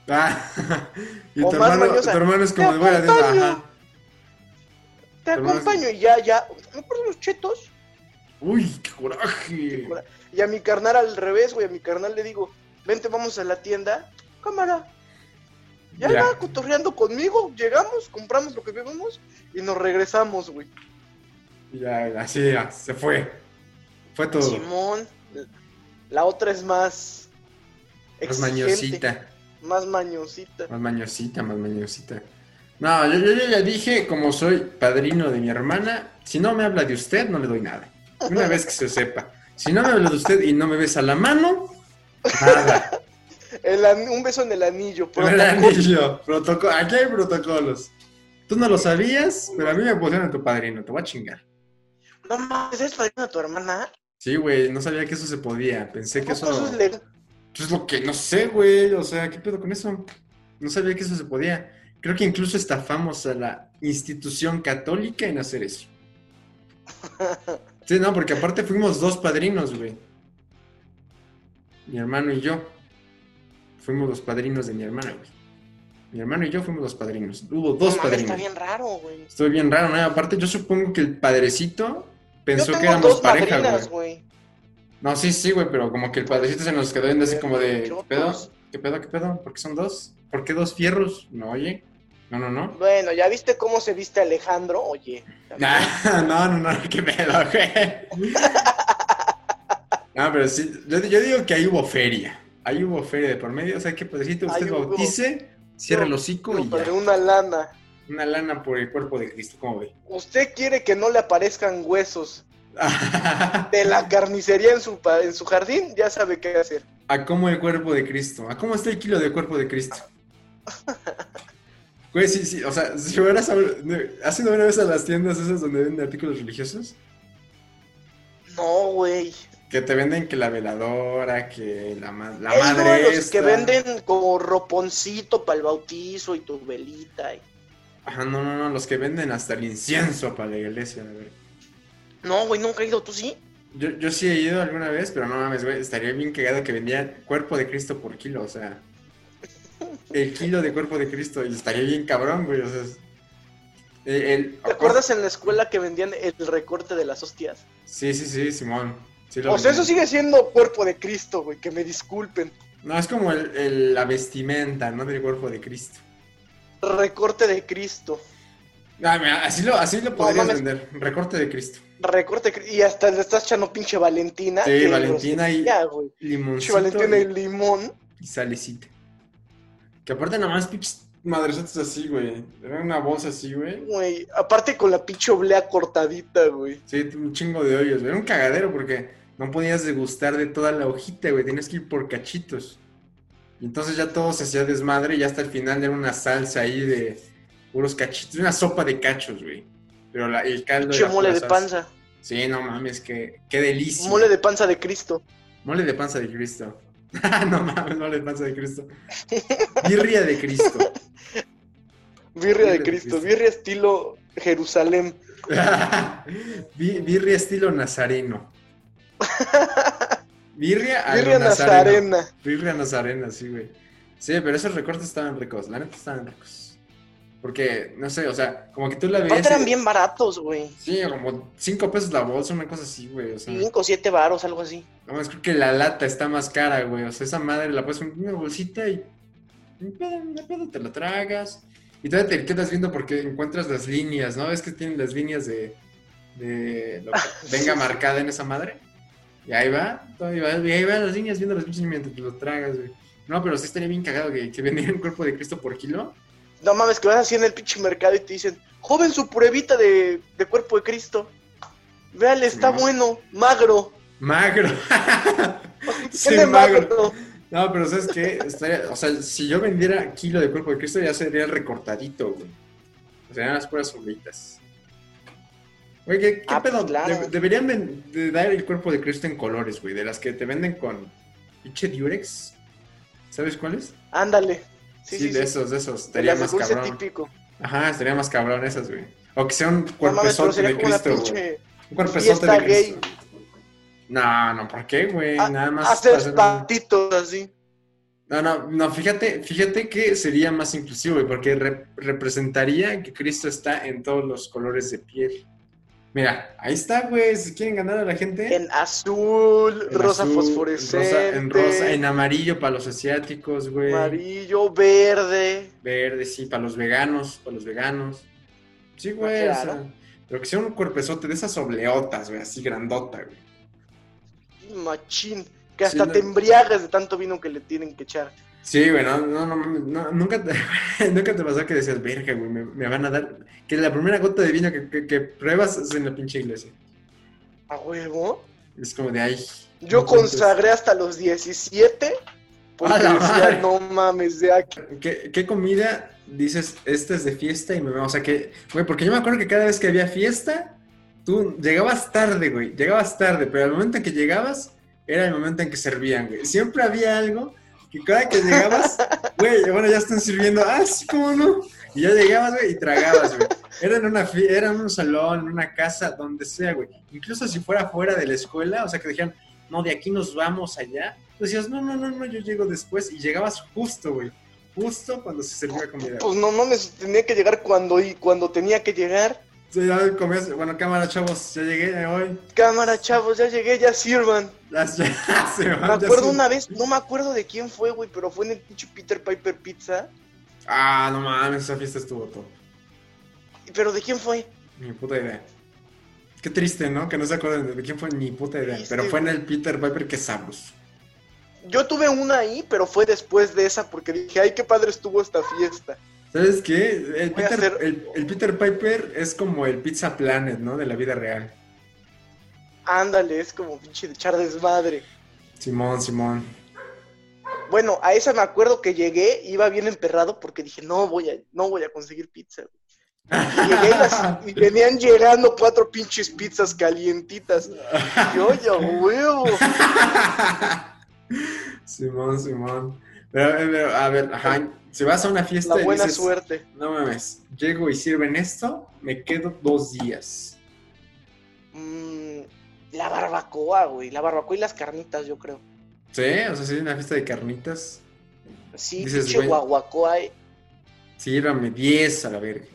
Speaker 2: Ah, y
Speaker 1: O
Speaker 2: tu
Speaker 1: más
Speaker 2: hermano, tu
Speaker 1: mañosa,
Speaker 2: hermano es como
Speaker 1: "Te
Speaker 2: de buena
Speaker 1: acompaño".
Speaker 2: Ajá.
Speaker 1: Te
Speaker 2: Pero no es-
Speaker 1: acompaño y ya, ya. ¿Me pones unos chetos?
Speaker 2: Uy, qué coraje.
Speaker 1: Y a mi carnal al revés, güey. A mi carnal le digo, vente, vamos a la tienda. Cámara. Ya,
Speaker 2: Ya.
Speaker 1: va cotorreando conmigo, llegamos, compramos lo que vimos y nos regresamos, güey.
Speaker 2: Ya, así ya, se fue. Fue todo.
Speaker 1: Simón, la otra es más...
Speaker 2: más
Speaker 1: exigente,
Speaker 2: mañosita.
Speaker 1: Más mañosita.
Speaker 2: Más mañosita, más mañosita. No, yo, yo- yo ya dije, como soy padrino de mi hermana, si no me habla de usted, no le doy nada. Una vez que se sepa. Si no me habla de usted y no me besa la mano,
Speaker 1: <laughs>
Speaker 2: nada.
Speaker 1: El an- un beso en el anillo. Pero
Speaker 2: <laughs> Primer anillo, protocolo. Aquí hay protocolos. Tú no lo sabías, pero a mí me pusieron a tu padrino, te voy a chingar.
Speaker 1: no mames, ¿es padrino de tu hermana?
Speaker 2: Sí, güey, no sabía que eso se podía. Pensé que
Speaker 1: ¿A poco
Speaker 2: eso.
Speaker 1: eso es legal?
Speaker 2: Pues lo que no sé, güey. O sea, ¿qué pedo con eso? No sabía que eso se podía. Creo que incluso estafamos a la institución católica en hacer eso. Sí, no, porque aparte fuimos dos padrinos, güey. Mi hermano y yo. Fuimos los padrinos de mi hermana, güey. Mi hermano y yo fuimos los padrinos. Hubo dos
Speaker 1: No mames,
Speaker 2: padrinos.
Speaker 1: Está bien raro, güey.
Speaker 2: Estoy bien raro, ¿no? Aparte, yo supongo que el padrecito
Speaker 1: Yo
Speaker 2: pensó
Speaker 1: tengo
Speaker 2: que éramos
Speaker 1: dos
Speaker 2: pareja,
Speaker 1: madrinas,
Speaker 2: güey.
Speaker 1: güey.
Speaker 2: No, sí, sí, güey, pero como que el padrecito se nos quedó viendo así como de, ¿qué pedo?
Speaker 1: Chotos.
Speaker 2: ¿Qué pedo? ¿Qué pedo? ¿Por qué son dos? ¿Por qué dos fierros? No, oye. No, no, no.
Speaker 1: Bueno, ¿ya viste cómo se viste Alejandro? Oye.
Speaker 2: Nah, <laughs> no, no, no, qué pedo, güey. <laughs> No, pero sí, yo, yo digo que ahí hubo feria. Ahí hubo feria de por medio. O sea, que padrecito, usted
Speaker 1: Ahí hubo-
Speaker 2: bautice, cierre el hocico
Speaker 1: No,
Speaker 2: y
Speaker 1: pero
Speaker 2: ya.
Speaker 1: una lana.
Speaker 2: Una lana por el cuerpo de Cristo, ¿cómo <laughs> ve?
Speaker 1: Usted quiere que no le aparezcan huesos de
Speaker 2: <laughs>
Speaker 1: la carnicería en su, pa- en su jardín, ya sabe qué hacer.
Speaker 2: ¿A cómo el cuerpo de Cristo? ¿A cómo está el kilo de cuerpo de
Speaker 1: <laughs>
Speaker 2: Cristo? Güey, sí, sí, o sea, si fueras a... ¿Has ido una vez a las tiendas esas donde venden artículos religiosos?
Speaker 1: No, güey.
Speaker 2: Que te venden que la veladora, que la, ma- la
Speaker 1: Es uno
Speaker 2: madre
Speaker 1: de los
Speaker 2: esta.
Speaker 1: que venden como roponcito para el bautizo y tu velita. y-
Speaker 2: Ajá, no, no, no, los que venden hasta el incienso para la iglesia, la verdad.
Speaker 1: No, güey, nunca he ido. ¿Tú sí?
Speaker 2: Yo, yo sí he ido alguna vez, pero no mames, güey, estaría bien cagado que vendían cuerpo de Cristo por kilo, o sea, el kilo de cuerpo de Cristo, y estaría bien cabrón, güey, o sea, es- el- el-
Speaker 1: ¿Te acuerdas en la escuela que vendían el recorte de las hostias?
Speaker 2: Sí, sí, sí, Simón. Sí lo
Speaker 1: O sea,
Speaker 2: vendí.
Speaker 1: eso sigue siendo cuerpo de Cristo, güey, que me disculpen.
Speaker 2: No, es como el, el- la vestimenta, ¿no? Del cuerpo de Cristo.
Speaker 1: Recorte de Cristo.
Speaker 2: Ah, mira, así lo, así lo podrías
Speaker 1: mames.
Speaker 2: vender. Recorte de Cristo.
Speaker 1: Recorte de Cri- y hasta le estás echando pinche Valentina.
Speaker 2: Sí,
Speaker 1: que
Speaker 2: Valentina y
Speaker 1: grosería, güey. Pinche
Speaker 2: limoncito
Speaker 1: Valentina y
Speaker 2: y,
Speaker 1: limón.
Speaker 2: y salecita. Que aparte nomás pips madresotas así, güey. Era una bolsa así, güey.
Speaker 1: Güey, aparte con la pinche oblea cortadita, güey.
Speaker 2: Sí, un chingo de hoyos. güey. Era un cagadero porque no podías degustar de toda la hojita, güey. Tenías que ir por cachitos. Y entonces ya todo se hacía desmadre y hasta el final era una salsa ahí de puros cachitos. Una sopa de cachos, güey. Pero la- el caldo...
Speaker 1: Pinche
Speaker 2: era
Speaker 1: mole
Speaker 2: pura
Speaker 1: de
Speaker 2: salsa.
Speaker 1: panza.
Speaker 2: Sí, no mames, que, qué delicia.
Speaker 1: Mole de panza de Cristo.
Speaker 2: Mole de panza de Cristo. <laughs> no mames, mole de panza de
Speaker 1: <laughs>
Speaker 2: Cristo. Birria de Cristo. <laughs>
Speaker 1: Birria de Cristo. Birria estilo Jerusalén.
Speaker 2: Bi- birria
Speaker 1: <laughs>
Speaker 2: estilo nazareno. Birria a lo
Speaker 1: Birria
Speaker 2: nazareno.
Speaker 1: nazarena.
Speaker 2: Birria nazarena, sí, güey. Sí, pero esos recortes estaban ricos, la neta estaban ricos. Porque, no sé, o sea, como que tú la veías.
Speaker 1: Aparte
Speaker 2: y-
Speaker 1: eran bien baratos, güey.
Speaker 2: Sí, como 5 pesos la bolsa, una cosa así, güey. O sea,
Speaker 1: Cinco o siete varos, algo así.
Speaker 2: no más creo que la lata está más cara, güey. O sea, esa madre la puedes en una bolsita y. ni pedo, ni pedo, te la tragas. Y todavía te quedas viendo porque encuentras las líneas, ¿no? Es que tienen las líneas de. de lo que venga marcada en esa madre. Y ahí va, todavía va, y ahí van las líneas viendo las pinches mientras te lo tragas, güey. No, pero sí estaría bien cagado que, que vendieran cuerpo de Cristo por kilo.
Speaker 1: No mames, que vas así en el pinche mercado y te dicen, joven, su pruebita de, de cuerpo de Cristo. Véale, está
Speaker 2: No.
Speaker 1: bueno, magro.
Speaker 2: Magro. <laughs> Sí,
Speaker 1: Tiene
Speaker 2: magro.
Speaker 1: magro.
Speaker 2: No, pero ¿sabes qué? Estaría- o sea, si yo vendiera kilo de cuerpo de Cristo, ya sería recortadito, güey. Serían las puras solitas. Güey, ¿qué, qué
Speaker 1: Ah, pues,
Speaker 2: pedo?
Speaker 1: claro.
Speaker 2: De- deberían ven- de dar el cuerpo de Cristo en colores, güey. De las que te venden con pinche diurex. ¿Sabes cuáles?
Speaker 1: Ándale.
Speaker 2: Sí,
Speaker 1: Sí, sí, sí.
Speaker 2: de esos, de esos.
Speaker 1: De
Speaker 2: Estaría
Speaker 1: las de
Speaker 2: más
Speaker 1: dulce
Speaker 2: cabrón.
Speaker 1: típico.
Speaker 2: Ajá, estaría más cabrón esas, güey. O que sea
Speaker 1: No
Speaker 2: un
Speaker 1: mames, pero
Speaker 2: cuerpezote
Speaker 1: sería
Speaker 2: de
Speaker 1: como una
Speaker 2: Cristo, güey.
Speaker 1: pinche.
Speaker 2: Un cuerpezote de
Speaker 1: fiesta gay.
Speaker 2: Cristo. No, no, ¿por qué, güey?
Speaker 1: Ha-
Speaker 2: Nada más. hacer
Speaker 1: Hacer
Speaker 2: un-
Speaker 1: patitos así.
Speaker 2: No, no, no, fíjate, fíjate que sería más inclusivo, güey, porque re- representaría que Cristo está en todos los colores de piel. Mira, ahí está, güey. Si quieren ganar a la gente.
Speaker 1: En azul,
Speaker 2: ¿Eh?
Speaker 1: rosa
Speaker 2: En azul, en rosa-
Speaker 1: fosforescente,
Speaker 2: En rosa, en amarillo para los asiáticos, güey.
Speaker 1: amarillo, verde.
Speaker 2: Verde, sí, para los veganos, para los veganos. Sí, güey, o
Speaker 1: Ah, Claro.
Speaker 2: sea, pero que sea un cuerpezote de esas obleotas, güey, así grandota, güey.
Speaker 1: Machín. Que
Speaker 2: Sí,
Speaker 1: hasta
Speaker 2: no.
Speaker 1: te embriagas de tanto vino que le tienen que echar.
Speaker 2: Sí, güey, no, no, no, mames, no, nunca te, <laughs> nunca te pasó que decías, verga, güey, me, me van a dar, que la primera gota de vino que, que- que pruebas es en la pinche iglesia.
Speaker 1: A huevo.
Speaker 2: Es como de, ay.
Speaker 1: Yo
Speaker 2: no cuentes".
Speaker 1: consagré hasta los 17. Porque
Speaker 2: A la
Speaker 1: decía,
Speaker 2: madre.
Speaker 1: no mames, de aquí.
Speaker 2: ¿Qué, qué comida dices, esta es de fiesta y me va? O sea, que, güey, porque yo me acuerdo que cada vez que había fiesta, tú llegabas tarde, güey, llegabas tarde, pero al momento en que llegabas, era el momento en que servían, güey. Siempre había algo que cada
Speaker 1: <laughs>
Speaker 2: que llegabas, güey, bueno, ya están sirviendo, ah, sí, cómo no. Y ya llegabas, güey, y tragabas, güey. Era en, una fie- era en un salón, en una casa, donde sea, güey. Incluso si fuera fuera de la escuela, o sea, que dijeran, no, de aquí nos vamos allá. Tú decías, no, no, no, no, yo llego después. Y llegabas justo, güey. Justo cuando se servía comida.
Speaker 1: Pues no mames, tenía que llegar cuando, y cuando tenía que llegar.
Speaker 2: Sí, ya comías- bueno, cámara, chavos, ya llegué, ya voy.
Speaker 1: Cámara, chavos, ya llegué, ya sirvan.
Speaker 2: Las, <laughs> ya se van,
Speaker 1: Me
Speaker 2: Ah, ya
Speaker 1: acuerdo
Speaker 2: se-
Speaker 1: una vez, no me acuerdo de quién fue, güey, pero fue en el pinche Peter Piper Pizza.
Speaker 2: Ah, no mames, esa fiesta estuvo top.
Speaker 1: ¿Pero de quién fue?
Speaker 2: Ni puta idea. Qué triste, ¿no? Que no se acuerden de quién fue, ni puta idea.
Speaker 1: Triste,
Speaker 2: Pero fue en
Speaker 1: güey.
Speaker 2: el Peter Piper que sabros.
Speaker 1: Yo tuve una ahí, pero fue después de esa porque dije, ay, qué padre estuvo esta fiesta.
Speaker 2: ¿Sabes qué? El
Speaker 1: Voy a
Speaker 2: Peter,
Speaker 1: hacer-
Speaker 2: el- el Peter Piper es como el Pizza Planet, ¿no? De la vida real.
Speaker 1: Ándale, es como pinche de echar desmadre.
Speaker 2: Simón, Simón. <laughs>
Speaker 1: Bueno, a esa me acuerdo que llegué, iba bien emperrado porque dije, no voy a, no voy a conseguir pizza. güey". Y Llegué y, las- y venían llegando cuatro pinches pizzas calientitas. Yo ya huevo.
Speaker 2: <laughs> Simón, Simón. Pero, eh, pero, a ver, ajá, si vas a una fiesta
Speaker 1: La
Speaker 2: y
Speaker 1: buena
Speaker 2: Este, dices,
Speaker 1: suerte.
Speaker 2: no mames, llego y sirven esto, me quedo dos días.
Speaker 1: Mm, la barbacoa, güey. La barbacoa y las carnitas, yo creo.
Speaker 2: ¿Sí? O sea, si es una fiesta de carnitas,
Speaker 1: Sí,
Speaker 2: Dices,
Speaker 1: pinche
Speaker 2: güey.
Speaker 1: guaguacoa. eh.
Speaker 2: sírvame 10 a la verga.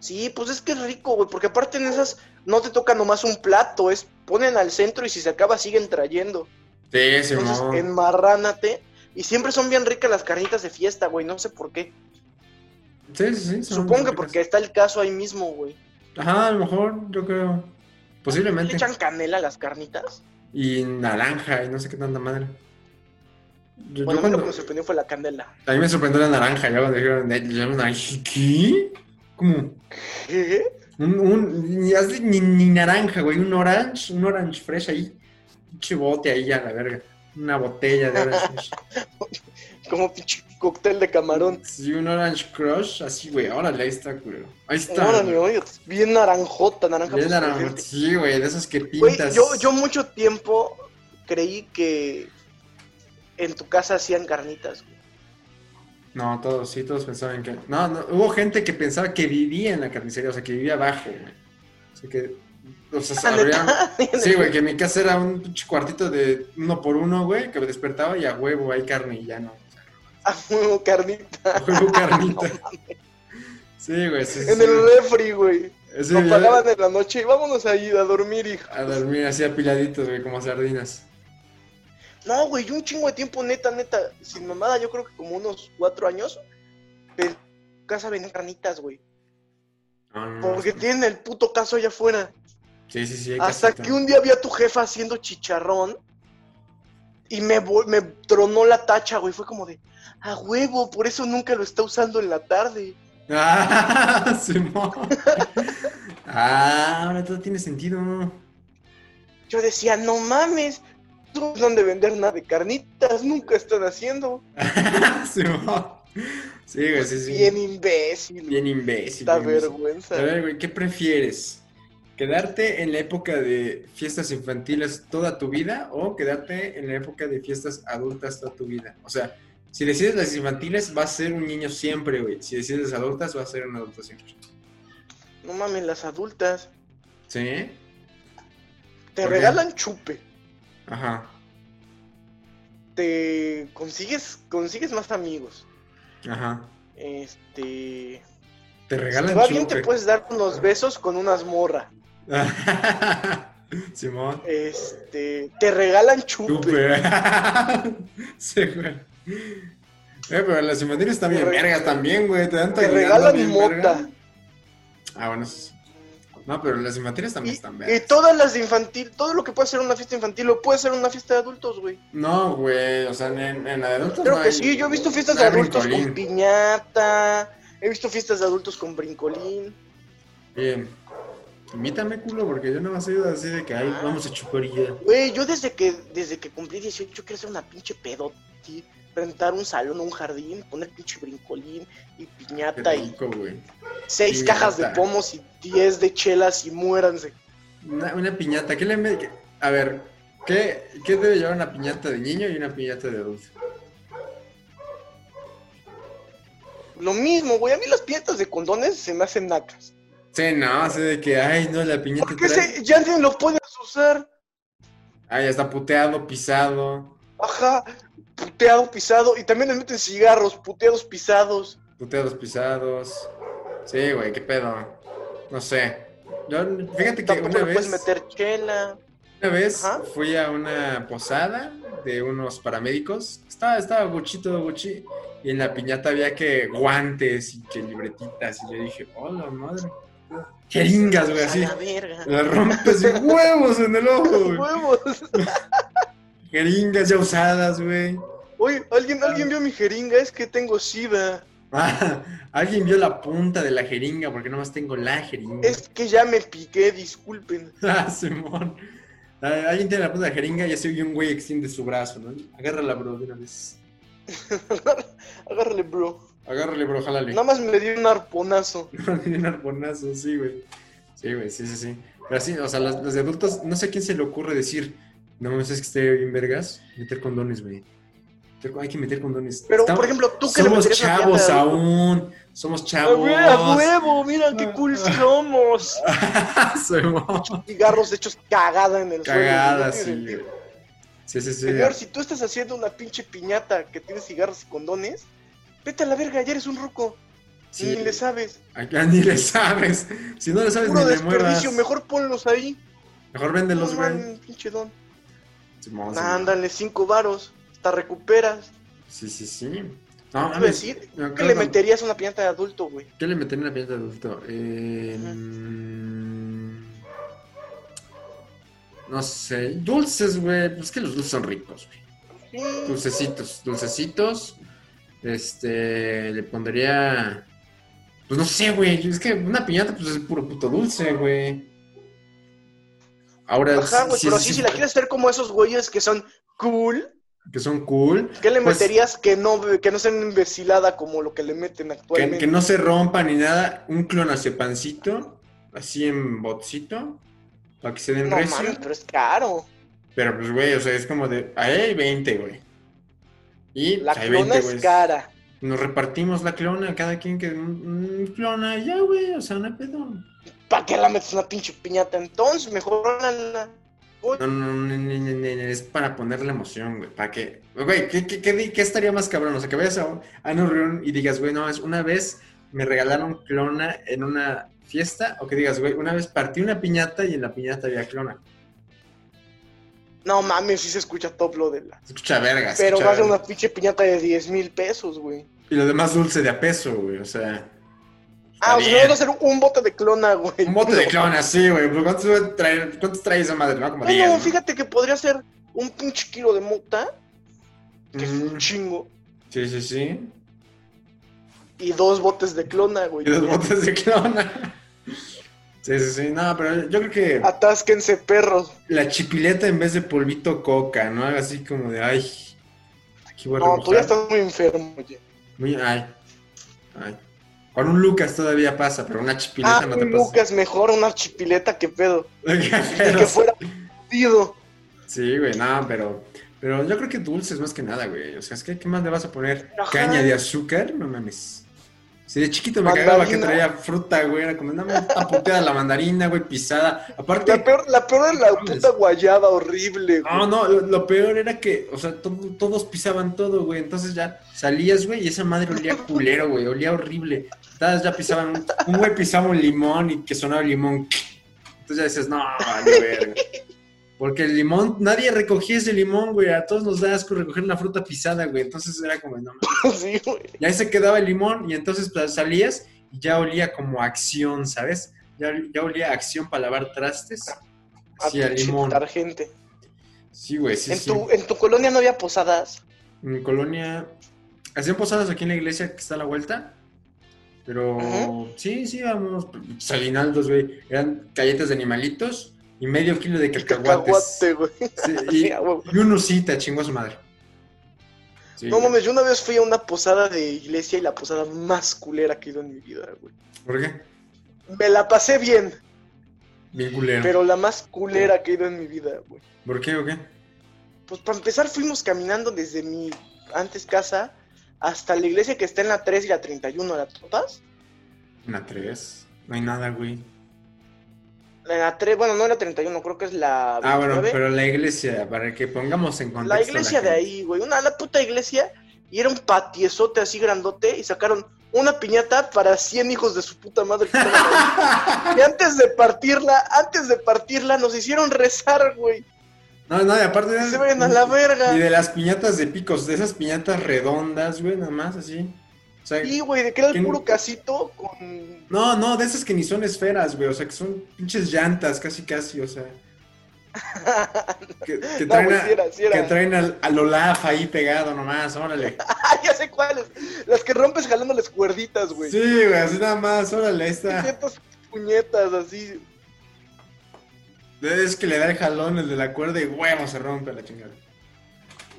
Speaker 1: Sí, pues es que es rico, güey, porque aparte en esas no te toca nomás un plato, es ponen al centro y si se acaba siguen trayendo.
Speaker 2: Sí,
Speaker 1: Entonces,
Speaker 2: Simón.
Speaker 1: enmarránate. Y siempre son bien ricas las carnitas de fiesta, güey, no sé por qué.
Speaker 2: Sí, sí, sí. son
Speaker 1: Supongo que
Speaker 2: ricas.
Speaker 1: porque está el caso ahí mismo, güey.
Speaker 2: Ajá, a lo mejor, yo creo.
Speaker 1: ¿Le
Speaker 2: Posiblemente.
Speaker 1: echan canela a las carnitas?
Speaker 2: Y naranja, y no sé qué tanta madre. Yo-
Speaker 1: Bueno,
Speaker 2: yo
Speaker 1: pues, a mí lo
Speaker 2: cuando-
Speaker 1: que me sorprendió fue la canela. <laughs>
Speaker 2: A mí me sorprendió la naranja, ya cuando dijeron, "Eh, ya una naranja, ¿qué? Como
Speaker 1: ¿Qué?
Speaker 2: un, un ni, hazle- ni, ni naranja, güey, un orange, un orange fresh ahí, un chibote ahí a la verga, una botella de orange
Speaker 1: <laughs>
Speaker 2: fresh.
Speaker 1: Como pinche cóctel de camarón.
Speaker 2: Sí, un orange crush, así, güey, órale, ahí está, culero. Ahí está.
Speaker 1: Órale, oye, pues, bien naranjota, naranja.
Speaker 2: Bien naranja,
Speaker 1: fosforescente.
Speaker 2: sí, güey, de esas que
Speaker 1: Güey,
Speaker 2: pintas.
Speaker 1: yo, yo mucho tiempo creí que en tu casa hacían carnitas. güey.
Speaker 2: No, todos, sí, todos pensaban que... No, no, hubo gente que pensaba que vivía en la carnicería, o sea, que vivía abajo, güey. O sea, que... O sea, se
Speaker 1: Ah, ¿neta? <laughs>
Speaker 2: abrían- Sí, güey, que en mi casa era un pinche cuartito de uno por uno, güey, que me despertaba y a huevo hay carne y ya no. o sea,
Speaker 1: A huevo, carnita.
Speaker 2: <laughs> A
Speaker 1: <laughs>
Speaker 2: huevo carnita. Sí, güey, sí, sí.
Speaker 1: En el refri, güey.
Speaker 2: Sí,
Speaker 1: Nos
Speaker 2: ya-
Speaker 1: pagaban en la noche y vámonos ahí a dormir, hijo.
Speaker 2: A dormir así apiladitos, güey, como sardinas.
Speaker 1: No, güey, yo un chingo de tiempo, neta, neta. Sin mamada, yo creo que como unos cuatro años. En tu casa venían carnitas, güey.
Speaker 2: No, no, no.
Speaker 1: Porque tienen el puto caso allá afuera.
Speaker 2: Sí, sí, sí. hay
Speaker 1: Hasta
Speaker 2: casita.
Speaker 1: que un día vi a tu jefa haciendo chicharrón y me, vol- me tronó la tacha, güey. Fue como de, a huevo, por eso nunca lo está usando en la tarde.
Speaker 2: <laughs> ¡Ah, Simón! <laughs> ah, ahora todo tiene sentido.
Speaker 1: Yo decía, no mames, no son de vender nada de carnitas, nunca están haciendo.
Speaker 2: <laughs> Simón. Sí, güey, sí, sí.
Speaker 1: Bien imbécil,
Speaker 2: Bien imbécil.
Speaker 1: esta
Speaker 2: bien imbécil.
Speaker 1: vergüenza.
Speaker 2: A ver, güey, ¿qué prefieres? ¿Quedarte en la época de fiestas infantiles toda tu vida o quedarte en la época de fiestas adultas toda tu vida? O sea, si decides las infantiles, vas a ser un niño siempre, güey. Si decides las adultas, vas a ser un adulto siempre.
Speaker 1: No mames, las adultas
Speaker 2: ¿Sí?
Speaker 1: te
Speaker 2: ¿Por qué?
Speaker 1: regalan chupe,
Speaker 2: Ajá.
Speaker 1: te consigues, consigues más amigos.
Speaker 2: Ajá.
Speaker 1: Este,
Speaker 2: Te Te regalan
Speaker 1: te va bien,
Speaker 2: chupe.
Speaker 1: te puedes dar unos besos con unas morras.
Speaker 2: <laughs> Simón.
Speaker 1: Este, te regalan chupe.
Speaker 2: Chupe. <laughs> sí, güey. Eh, pero las infantiles están bien
Speaker 1: Te re-
Speaker 2: vergas también, güey. Te dan
Speaker 1: Te
Speaker 2: tagueando
Speaker 1: regalan
Speaker 2: bien
Speaker 1: mota.
Speaker 2: verga. Ah, bueno, eso sí. No, pero las infantiles
Speaker 1: Y,
Speaker 2: también están
Speaker 1: y
Speaker 2: vergas.
Speaker 1: todas las de infantil, todo lo que puede ser una fiesta infantil lo puede ser una fiesta de adultos, güey.
Speaker 2: No, güey. O sea, en, en la de adultos
Speaker 1: Creo
Speaker 2: no
Speaker 1: que
Speaker 2: hay-
Speaker 1: sí, yo he visto fiestas
Speaker 2: no
Speaker 1: de
Speaker 2: hay
Speaker 1: adultos con
Speaker 2: brincolín.
Speaker 1: piñata, he visto fiestas de adultos con brincolín.
Speaker 2: Bien. Invítame, culo, porque yo no me he ido así de que ay, vamos a chupar y ya.
Speaker 1: Güey, yo desde que, desde que cumplí 18 quiero hacer una pinche pedoti, rentar un salón o un jardín, poner pinche brincolín y
Speaker 2: Qué
Speaker 1: piñata y
Speaker 2: rico, güey.
Speaker 1: seis
Speaker 2: piñata.
Speaker 1: cajas de pomos y 10 de chelas y muéranse.
Speaker 2: Una, una piñata. ¿Qué le me- qué- A ver, ¿qué, ¿qué debe llevar una piñata de niño y una piñata de adulto?
Speaker 1: Lo mismo, güey, a mí las piñatas de condones se me hacen nacas.
Speaker 2: Sí, no, así de que, ay, no, la piñata
Speaker 1: Porque
Speaker 2: trae-
Speaker 1: ese ya ni lo puedes usar.
Speaker 2: Ay, Ah, está puteado, pisado,
Speaker 1: Ajá, puteado, pisado. Y también les meten cigarros, puteados, pisados.
Speaker 2: puteados, pisados. Sí, güey, qué pedo. No sé. Yo, fíjate que
Speaker 1: Tampoco
Speaker 2: una
Speaker 1: le puedes
Speaker 2: vez,
Speaker 1: meter chela.
Speaker 2: una vez
Speaker 1: Ajá.
Speaker 2: fui a una posada de unos paramédicos. Estaba, estaba Gucci, todo Gucci. Y en la piñata había que guantes y que libretitas. Y yo dije, hola, madre. Jeringas, güey,
Speaker 1: A
Speaker 2: así.
Speaker 1: la verga.
Speaker 2: La rompes y huevos en el ojo,
Speaker 1: <laughs>
Speaker 2: güey.
Speaker 1: Huevos.
Speaker 2: Jeringas ya usadas, güey.
Speaker 1: Oye, ¿alguien, alguien vio mi jeringa, es que tengo sida.
Speaker 2: Ah, <laughs> alguien vio la punta de la jeringa porque nomás tengo la jeringa.
Speaker 1: Es que ya me piqué, disculpen.
Speaker 2: <laughs>
Speaker 1: <laughs>
Speaker 2: Ah, Simón. Ah, Alguien tiene la punta de la jeringa y así un güey extiende su brazo, ¿no? Agárrala, bro, de una vez.
Speaker 1: Agárrale, bro.
Speaker 2: Agárrale, bro, jálale. <laughs>
Speaker 1: Nada más me dio un arponazo.
Speaker 2: Tiene un arponazo, sí, güey. Sí, güey, sí, sí, sí. Pero sí, o sea, las, las de adultos, no sé a quién se le ocurre decir, no mames, es que esté bien vergas, meter condones, güey. Meter- Hay que meter condones.
Speaker 1: Pero,
Speaker 2: Estamos-
Speaker 1: por ejemplo, tú que le
Speaker 2: somos
Speaker 1: meterías una
Speaker 2: chavos
Speaker 1: piñata?
Speaker 2: aún, somos
Speaker 1: A
Speaker 2: chavos. <laughs>
Speaker 1: hue- a huevo, mira qué cool somos.
Speaker 2: Simón.
Speaker 1: Cigarros hechos cagada en el suelo. no
Speaker 2: Cagada, sí.
Speaker 1: tiene sentido.
Speaker 2: güey. Sí, sí, sí.
Speaker 1: Señor, si tú estás haciendo una pinche piñata que tiene cigarros y condones, vete a la verga, ya eres un ruco.
Speaker 2: Sí.
Speaker 1: Ni le sabes.
Speaker 2: Acá ni le sabes. Si no le sabes,
Speaker 1: Puro
Speaker 2: ni le muevas.
Speaker 1: desperdicio, mejor ponlos ahí.
Speaker 2: Mejor
Speaker 1: No
Speaker 2: véndelos, güey.
Speaker 1: mames, pinche don.
Speaker 2: Simón,
Speaker 1: Nah,
Speaker 2: sí.
Speaker 1: Ándale, cinco varos. Hasta recuperas.
Speaker 2: Sí, sí, sí.
Speaker 1: Iba
Speaker 2: No,
Speaker 1: a
Speaker 2: mames.
Speaker 1: decir,
Speaker 2: me
Speaker 1: Pues, ¿Qué
Speaker 2: acuerdo
Speaker 1: le
Speaker 2: cuando-
Speaker 1: meterías a una piñata de adulto, güey?
Speaker 2: ¿Qué le metería en la piñata de adulto? Eh,
Speaker 1: Ajá.
Speaker 2: mm, No sé. Dulces, güey. Pues que los dulces son ricos, güey. Pues,
Speaker 1: Sí.
Speaker 2: Dulcecitos, dulcecitos. Este, le pondría. Pues no sé, güey. Es que una piñata, pues es puro puto dulce, güey. Ahora,
Speaker 1: Ajá, güey,
Speaker 2: si-
Speaker 1: pero
Speaker 2: si-
Speaker 1: sí, si la quieres hacer como esos güeyes que son cool,
Speaker 2: que son cool,
Speaker 1: ¿qué le
Speaker 2: Pues-
Speaker 1: meterías que no, que no sea una imbecilada como lo que le meten
Speaker 2: que,
Speaker 1: actualmente?
Speaker 2: que no se rompa ni nada, un clonacepancito, así en botcito, para que se den
Speaker 1: No
Speaker 2: recio.
Speaker 1: mames, pero es caro.
Speaker 2: Pero pues, güey, o sea, es como de, ahí hay 20, güey. Y
Speaker 1: La
Speaker 2: pues, hay
Speaker 1: clona
Speaker 2: 20,
Speaker 1: es
Speaker 2: güey.
Speaker 1: cara.
Speaker 2: Nos repartimos la clona, cada quien que un, un clona, y ya, güey, o sea, no hay pedo.
Speaker 1: ¿Para qué la metes una pinche piñata entonces? Mejor la, la-
Speaker 2: No, no, no, no, no, no, no, es para poner la emoción, güey. ¿Para qué? Güey, ¿qué, qué, qué, di- qué estaría más cabrón? O sea, que vayas a, un- a una reunión y digas, güey, no, es una vez me regalaron clona en una fiesta. O que digas, güey, una vez partí una piñata y en la piñata había clona.
Speaker 1: No mames, sí se escucha top lo de la.
Speaker 2: Se Escucha verga. se
Speaker 1: Pero
Speaker 2: escucha
Speaker 1: va a ser
Speaker 2: verga.
Speaker 1: una pinche piñata de 10 mil pesos, güey.
Speaker 2: Y lo demás dulce de a peso, güey, o sea.
Speaker 1: Ah, o sea,
Speaker 2: bien.
Speaker 1: no vas a hacer un bote de clona, güey.
Speaker 2: Un bote de clona, sí, güey. pues, ¿Cuántos güey, trae, cuántos trae esa madre? No, como 10.
Speaker 1: Bueno,
Speaker 2: ¿no?
Speaker 1: fíjate que podría ser un pinche kilo de mota, que es
Speaker 2: Mm,
Speaker 1: un chingo,
Speaker 2: Sí, sí, sí.
Speaker 1: y dos botes de clona, güey.
Speaker 2: Y dos botes de clona. <laughs> Sí, sí, sí. No, pero yo creo que.
Speaker 1: Atásquense, perros.
Speaker 2: la chipileta en vez de polvito coca, ¿no? Algo Así como de, ay, aquí voy a
Speaker 1: No, tú ya
Speaker 2: remojar.
Speaker 1: estás muy enfermo, oye.
Speaker 2: Muy, ay, ay. Con un Lucas todavía pasa, pero una chipileta
Speaker 1: Ah,
Speaker 2: no te
Speaker 1: un
Speaker 2: <laughs> pasa.
Speaker 1: Lucas, mejor una chipileta que pedo.
Speaker 2: Pero-
Speaker 1: Y que fuera partido.
Speaker 2: Sí, güey, no, pero, pero yo creo que dulces más que nada, güey. O sea, es que ¿qué más le vas a poner?
Speaker 1: Ajá.
Speaker 2: ¿Caña de azúcar? No mames. Si de chiquito me cagaba que traía fruta, güey. Era como, nada más está puteada la mandarina, güey, pisada. Aparte.
Speaker 4: La peor, la peor era la puta guayaba horrible, güey.
Speaker 1: <laughs>
Speaker 2: No, no, lo, lo peor era que, o sea, to- todos pisaban todo, güey. Entonces ya salías, güey, y esa madre olía culero, güey. Olía horrible. Todas ya pisaban. un- Un güey pisaba un limón y que sonaba el limón. Entonces ya dices, no, vale, verga. Porque el limón, nadie recogía ese limón, güey. A todos nos da asco recoger la fruta pisada, güey. Entonces era como, no, mames.
Speaker 4: Sí, güey.
Speaker 2: Y ahí se quedaba el limón y entonces pues, salías y ya olía como a acción, ¿sabes? Ya, ya olía a acción para lavar trastes.
Speaker 1: A
Speaker 2: Sí, a
Speaker 1: Ah, pinche
Speaker 2: limón.
Speaker 1: detergente.
Speaker 2: Sí, güey, sí,
Speaker 1: en,
Speaker 2: sí.
Speaker 1: tu, en tu colonia no había posadas.
Speaker 2: En mi colonia. Hacían posadas aquí en la iglesia que está a la vuelta. Pero
Speaker 1: Ajá.
Speaker 2: sí, sí, vamos. Salinaldos, güey. Eran galletas de animalitos y medio kilo de cacahuates.
Speaker 4: Cacahuate, güey.
Speaker 2: Sí,
Speaker 1: Sí,
Speaker 2: y,
Speaker 1: a huevo.
Speaker 2: y un usita, chingó a su madre. Sí,
Speaker 1: No
Speaker 2: güey.
Speaker 1: mames, yo una vez fui a una posada de iglesia y la posada más culera que he ido en mi vida, güey.
Speaker 2: ¿Por qué?
Speaker 1: Me la pasé bien,
Speaker 2: Bien culero.
Speaker 1: pero la más culera que he ido en mi vida, güey.
Speaker 2: ¿Por qué o qué?
Speaker 1: Pues para empezar fuimos caminando desde mi antes casa hasta la iglesia que está en la 3 y la 31, ¿la topas?
Speaker 2: Una tres. No hay nada, güey.
Speaker 1: En la 3, bueno, no en la 31, creo que es la
Speaker 2: Ah, bueno,
Speaker 1: 29.
Speaker 2: pero la iglesia, para que pongamos en contexto. a
Speaker 1: la iglesia de
Speaker 2: gente.
Speaker 1: ahí, güey, una la puta iglesia y era un patiezote así grandote y sacaron una piñata para 100 hijos de su puta madre. que estaban ahí.
Speaker 2: <laughs>
Speaker 1: Y antes de partirla, antes de partirla, nos hicieron rezar, güey.
Speaker 2: No, no, y aparte
Speaker 1: Que
Speaker 2: de.
Speaker 1: Se vayan a la
Speaker 2: Y
Speaker 1: verga.
Speaker 2: de las piñatas de picos, de esas piñatas redondas, güey, nada más, así. O sea,
Speaker 1: Y, güey, de que era el
Speaker 2: ¿Quién-
Speaker 1: puro casito con.
Speaker 2: no, no, de esas que ni son esferas, güey, o sea, que son pinches llantas, casi, casi, o sea. Que,
Speaker 1: <laughs>
Speaker 2: que
Speaker 1: No,
Speaker 2: traen,
Speaker 1: güey,
Speaker 2: a-
Speaker 1: sí era, sí era.
Speaker 2: que traen al, al Olaf ahí pegado nomás, órale.
Speaker 1: <laughs> Ah, ya sé cuáles. Las que rompes jalándoles cuerditas, güey.
Speaker 2: Sí, güey, así nada más, órale, ahí está.
Speaker 1: Ciertas puñetas así.
Speaker 2: Es que le da el jalón, el de la cuerda y huevo se rompe la chingada.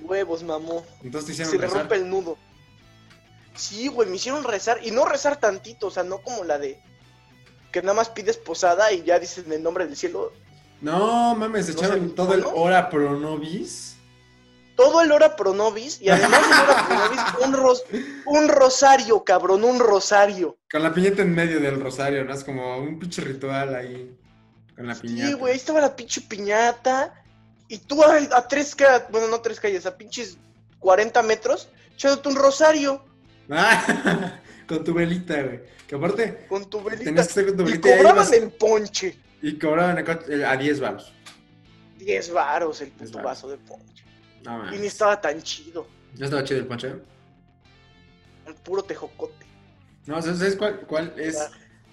Speaker 1: Huevos, mamó.
Speaker 2: Entonces te hicieron
Speaker 1: Se le
Speaker 2: rezar.
Speaker 1: rompe el nudo. Sí, güey, me hicieron rezar. Y no rezar tantito, o sea, no como la de. Que nada más pides posada y ya dices en el nombre del cielo.
Speaker 2: No, mames, se
Speaker 1: No
Speaker 2: echaron
Speaker 1: sé,
Speaker 2: todo el
Speaker 1: ¿no?
Speaker 2: hora pro nobis.
Speaker 1: Todo el hora pro nobis y además del hora pro nobis, un, ros- un rosario, cabrón, un rosario.
Speaker 2: Con la piñata en medio del rosario, ¿no? Es como un pinche ritual ahí. Con la piñata.
Speaker 1: Sí, güey, ahí estaba la pinche piñata. Y tú a, a tres calles, bueno, no tres calles, a pinches 40 metros, echándote un rosario
Speaker 2: Ah, <laughs> con tu velita, güey. Que aparte,
Speaker 1: con tu velita.
Speaker 2: tenías que estar con tu
Speaker 1: Y
Speaker 2: velita y, ahí
Speaker 1: cobraban
Speaker 2: ibas-
Speaker 1: el ponche.
Speaker 2: y cobraban a cuat- a 10 baros.
Speaker 1: 10 varos el
Speaker 2: Diez
Speaker 1: puto
Speaker 2: varos.
Speaker 1: vaso de ponche.
Speaker 2: No
Speaker 1: Y ni
Speaker 2: mames.
Speaker 1: estaba tan chido.
Speaker 2: ¿No estaba chido el ponche?
Speaker 1: El puro tejocote.
Speaker 2: No, ¿sabes sabes cuál, cuál es?
Speaker 1: Ah.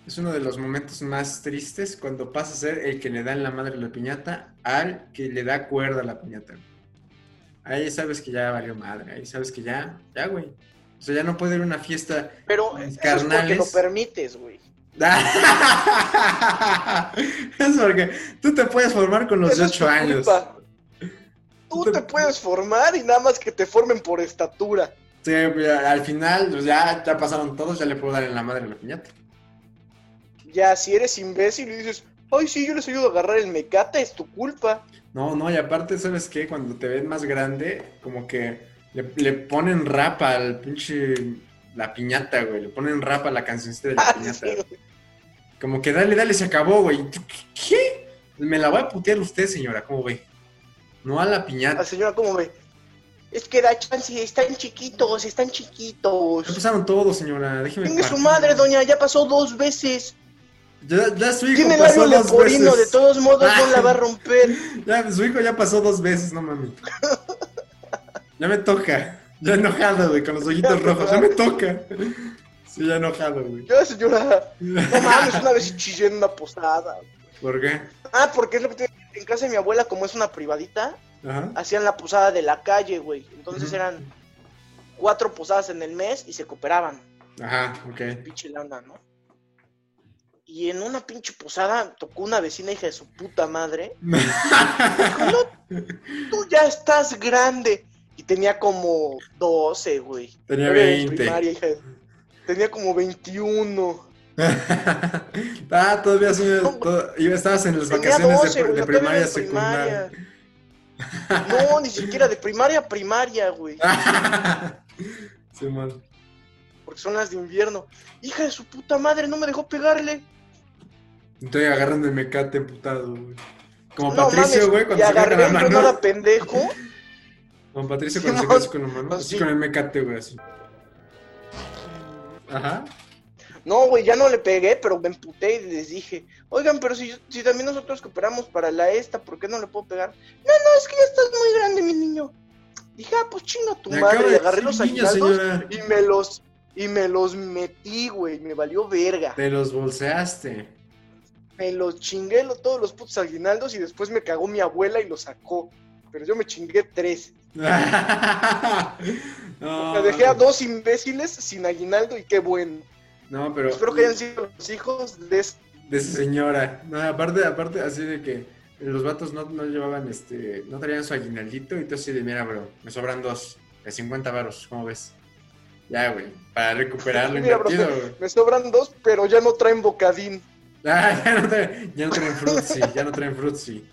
Speaker 2: Es uno de los momentos más tristes cuando pasa a ser el que le da en la madre la piñata al que le da cuerda a la piñata. güey. Ahí sabes que ya valió madre, ahí sabes que ya, ya, güey. O sea, ya no puede ir a una fiesta <laughs>
Speaker 1: Pero eso es
Speaker 2: Mis
Speaker 1: porque lo
Speaker 2: carnales.
Speaker 1: permites, güey.
Speaker 2: es porque tú te puedes formar con los
Speaker 1: Esa es tu
Speaker 2: 8 años.
Speaker 1: culpa. Tú te puedes formar y nada más que te formen por estatura.
Speaker 2: Sí, pero al final, pues, ya, ya pasaron todos, ya le puedo dar en la madre a la piñata.
Speaker 1: Ya, si eres imbécil y dices, ay, sí, yo les ayudo a agarrar el mecate, es tu culpa.
Speaker 2: No, no, y aparte, ¿sabes qué? Cuando te ven más grande, como que le, le ponen rapa al pinche. La piñata, güey. Le ponen rapa a la cancioncita de la
Speaker 1: Ah,
Speaker 2: piñata.
Speaker 1: <laughs> sí, güey.
Speaker 2: Como que dale, dale, se acabó, güey. ¿Qué? Me la va a putear usted, señora, ¿cómo ve? No a la
Speaker 1: La
Speaker 2: piñata.
Speaker 1: señora, ¿cómo ve? Es que da chance, están chiquitos, están
Speaker 2: Ya
Speaker 1: chiquitos.
Speaker 2: pasaron todos, señora. Déjeme
Speaker 1: Venga su
Speaker 2: partir.
Speaker 1: madre, doña, ya pasó dos veces.
Speaker 2: Ya, ya su hijo
Speaker 1: Tiene
Speaker 2: pasó
Speaker 1: labio
Speaker 2: dos
Speaker 1: leporino, de
Speaker 2: veces.
Speaker 1: todos modos no
Speaker 2: Ah.
Speaker 1: la va
Speaker 2: <laughs>
Speaker 1: a romper.
Speaker 2: Ya, su hijo ya pasó dos veces, no mami. Ya me toca. Ya enojado, güey, con los ojitos rojos. Ya me toca. Sí, ya enojado, güey.
Speaker 1: Ya, señora, no mames, una vez sí chillé en una posada.
Speaker 2: ¿Por qué?
Speaker 1: Ah, porque es lo que te- en casa de mi abuela, como es una privadita,
Speaker 2: Ajá.
Speaker 1: hacían la posada de la calle, güey. Entonces
Speaker 2: Ujú.
Speaker 1: eran cuatro posadas en el mes y se cooperaban.
Speaker 2: Ajá, ok.
Speaker 1: Pinche lana, ¿no? Y en una pinche posada tocó una vecina hija de su puta madre. Tú ya estás grande. Y tenía como 12, güey.
Speaker 2: Tenía
Speaker 1: Todavía de
Speaker 2: 20.
Speaker 1: primaria, hija de- Tenía como 21.
Speaker 2: <laughs> ah, todavía soy- to- iba- estabas en las
Speaker 1: Tenía
Speaker 2: vacaciones
Speaker 1: 12,
Speaker 2: de,
Speaker 1: güey.
Speaker 2: de
Speaker 1: o sea, todavía
Speaker 2: primaria
Speaker 1: era
Speaker 2: a secundaria.
Speaker 1: primaria.
Speaker 2: Ah.
Speaker 1: No, ni siquiera de primaria a primaria, güey.
Speaker 2: <laughs> Simón.
Speaker 1: porque son las de invierno. Hija de su puta madre, no me dejó pegarle.
Speaker 2: Estoy agarrando el mecate emputado, güey. Como
Speaker 1: no,
Speaker 2: Patricio, güey,
Speaker 1: y
Speaker 2: cuando se
Speaker 1: agarré
Speaker 2: agarra la
Speaker 1: yo no
Speaker 2: mano.
Speaker 1: era pendejo. <laughs>
Speaker 2: Como Patricio cuando se
Speaker 1: Simón.
Speaker 2: casó con la mano. Así
Speaker 1: Así.
Speaker 2: con el mecate, güey, así. Ajá.
Speaker 1: No, güey, ya no le pegué, pero me emputé y les dije, oigan, pero si, yo- si también nosotros cooperamos para la esta, ¿por qué no le puedo pegar? No, no, es que ya estás muy grande, mi niño. Dije, ah, pues chinga tu
Speaker 2: Le acabo
Speaker 1: madre,
Speaker 2: de
Speaker 1: y agarré
Speaker 2: decir,
Speaker 1: los
Speaker 2: niña,
Speaker 1: aguinaldos
Speaker 2: señora.
Speaker 1: y me los, y me los metí, güey, me valió verga.
Speaker 2: Te los bolseaste. <laughs>
Speaker 1: Me los chingué lo- todos los putos aguinaldos y después me cagó mi abuela y los sacó. Pero yo me chingué tres.
Speaker 2: no,
Speaker 1: Me
Speaker 2: Ah.
Speaker 1: dejé a dos imbéciles sin aguinaldo y qué bueno.
Speaker 2: No, pero.
Speaker 1: Espero que hayan sido los hijos de este, ese
Speaker 2: de esa señora. No, aparte, aparte, así de que los vatos no, no llevaban este, no traían su aguinaldito y tú así de, mira, bro, me sobran dos de 50 varos, ¿cómo ves? Ya, güey, para recuperar lo
Speaker 1: <laughs> Mira, bro,
Speaker 2: invertido, güey.
Speaker 1: Me sobran dos, pero ya no traen bocadín.
Speaker 2: <laughs> Ah, ya no, traen, ya no traen frutzi, ya no traen frutzi.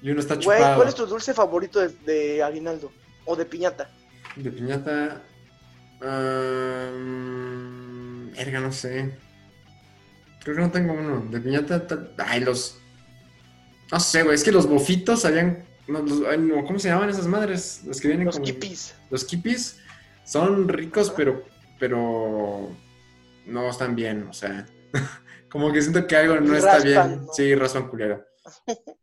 Speaker 2: Y uno está
Speaker 1: Güey,
Speaker 2: chupado.
Speaker 1: ¿cuál es tu dulce favorito de, de aguinaldo? O de piñata.
Speaker 2: De piñata... ah, erga, no sé. Creo que no tengo uno. De piñata... ta- Ay, los... No sé, güey. Es que los bofitos habían... no, los- ay, no, ¿Cómo se llamaban esas madres? Los que vienen
Speaker 1: Los
Speaker 2: con...
Speaker 1: kipis.
Speaker 2: Los kipis son ricos,
Speaker 1: Ajá.
Speaker 2: pero... Pero... No están bien, o sea... <laughs> Como que siento que algo no está
Speaker 1: Raspan,
Speaker 2: bien.
Speaker 1: ¿no?
Speaker 2: Sí, razón culera.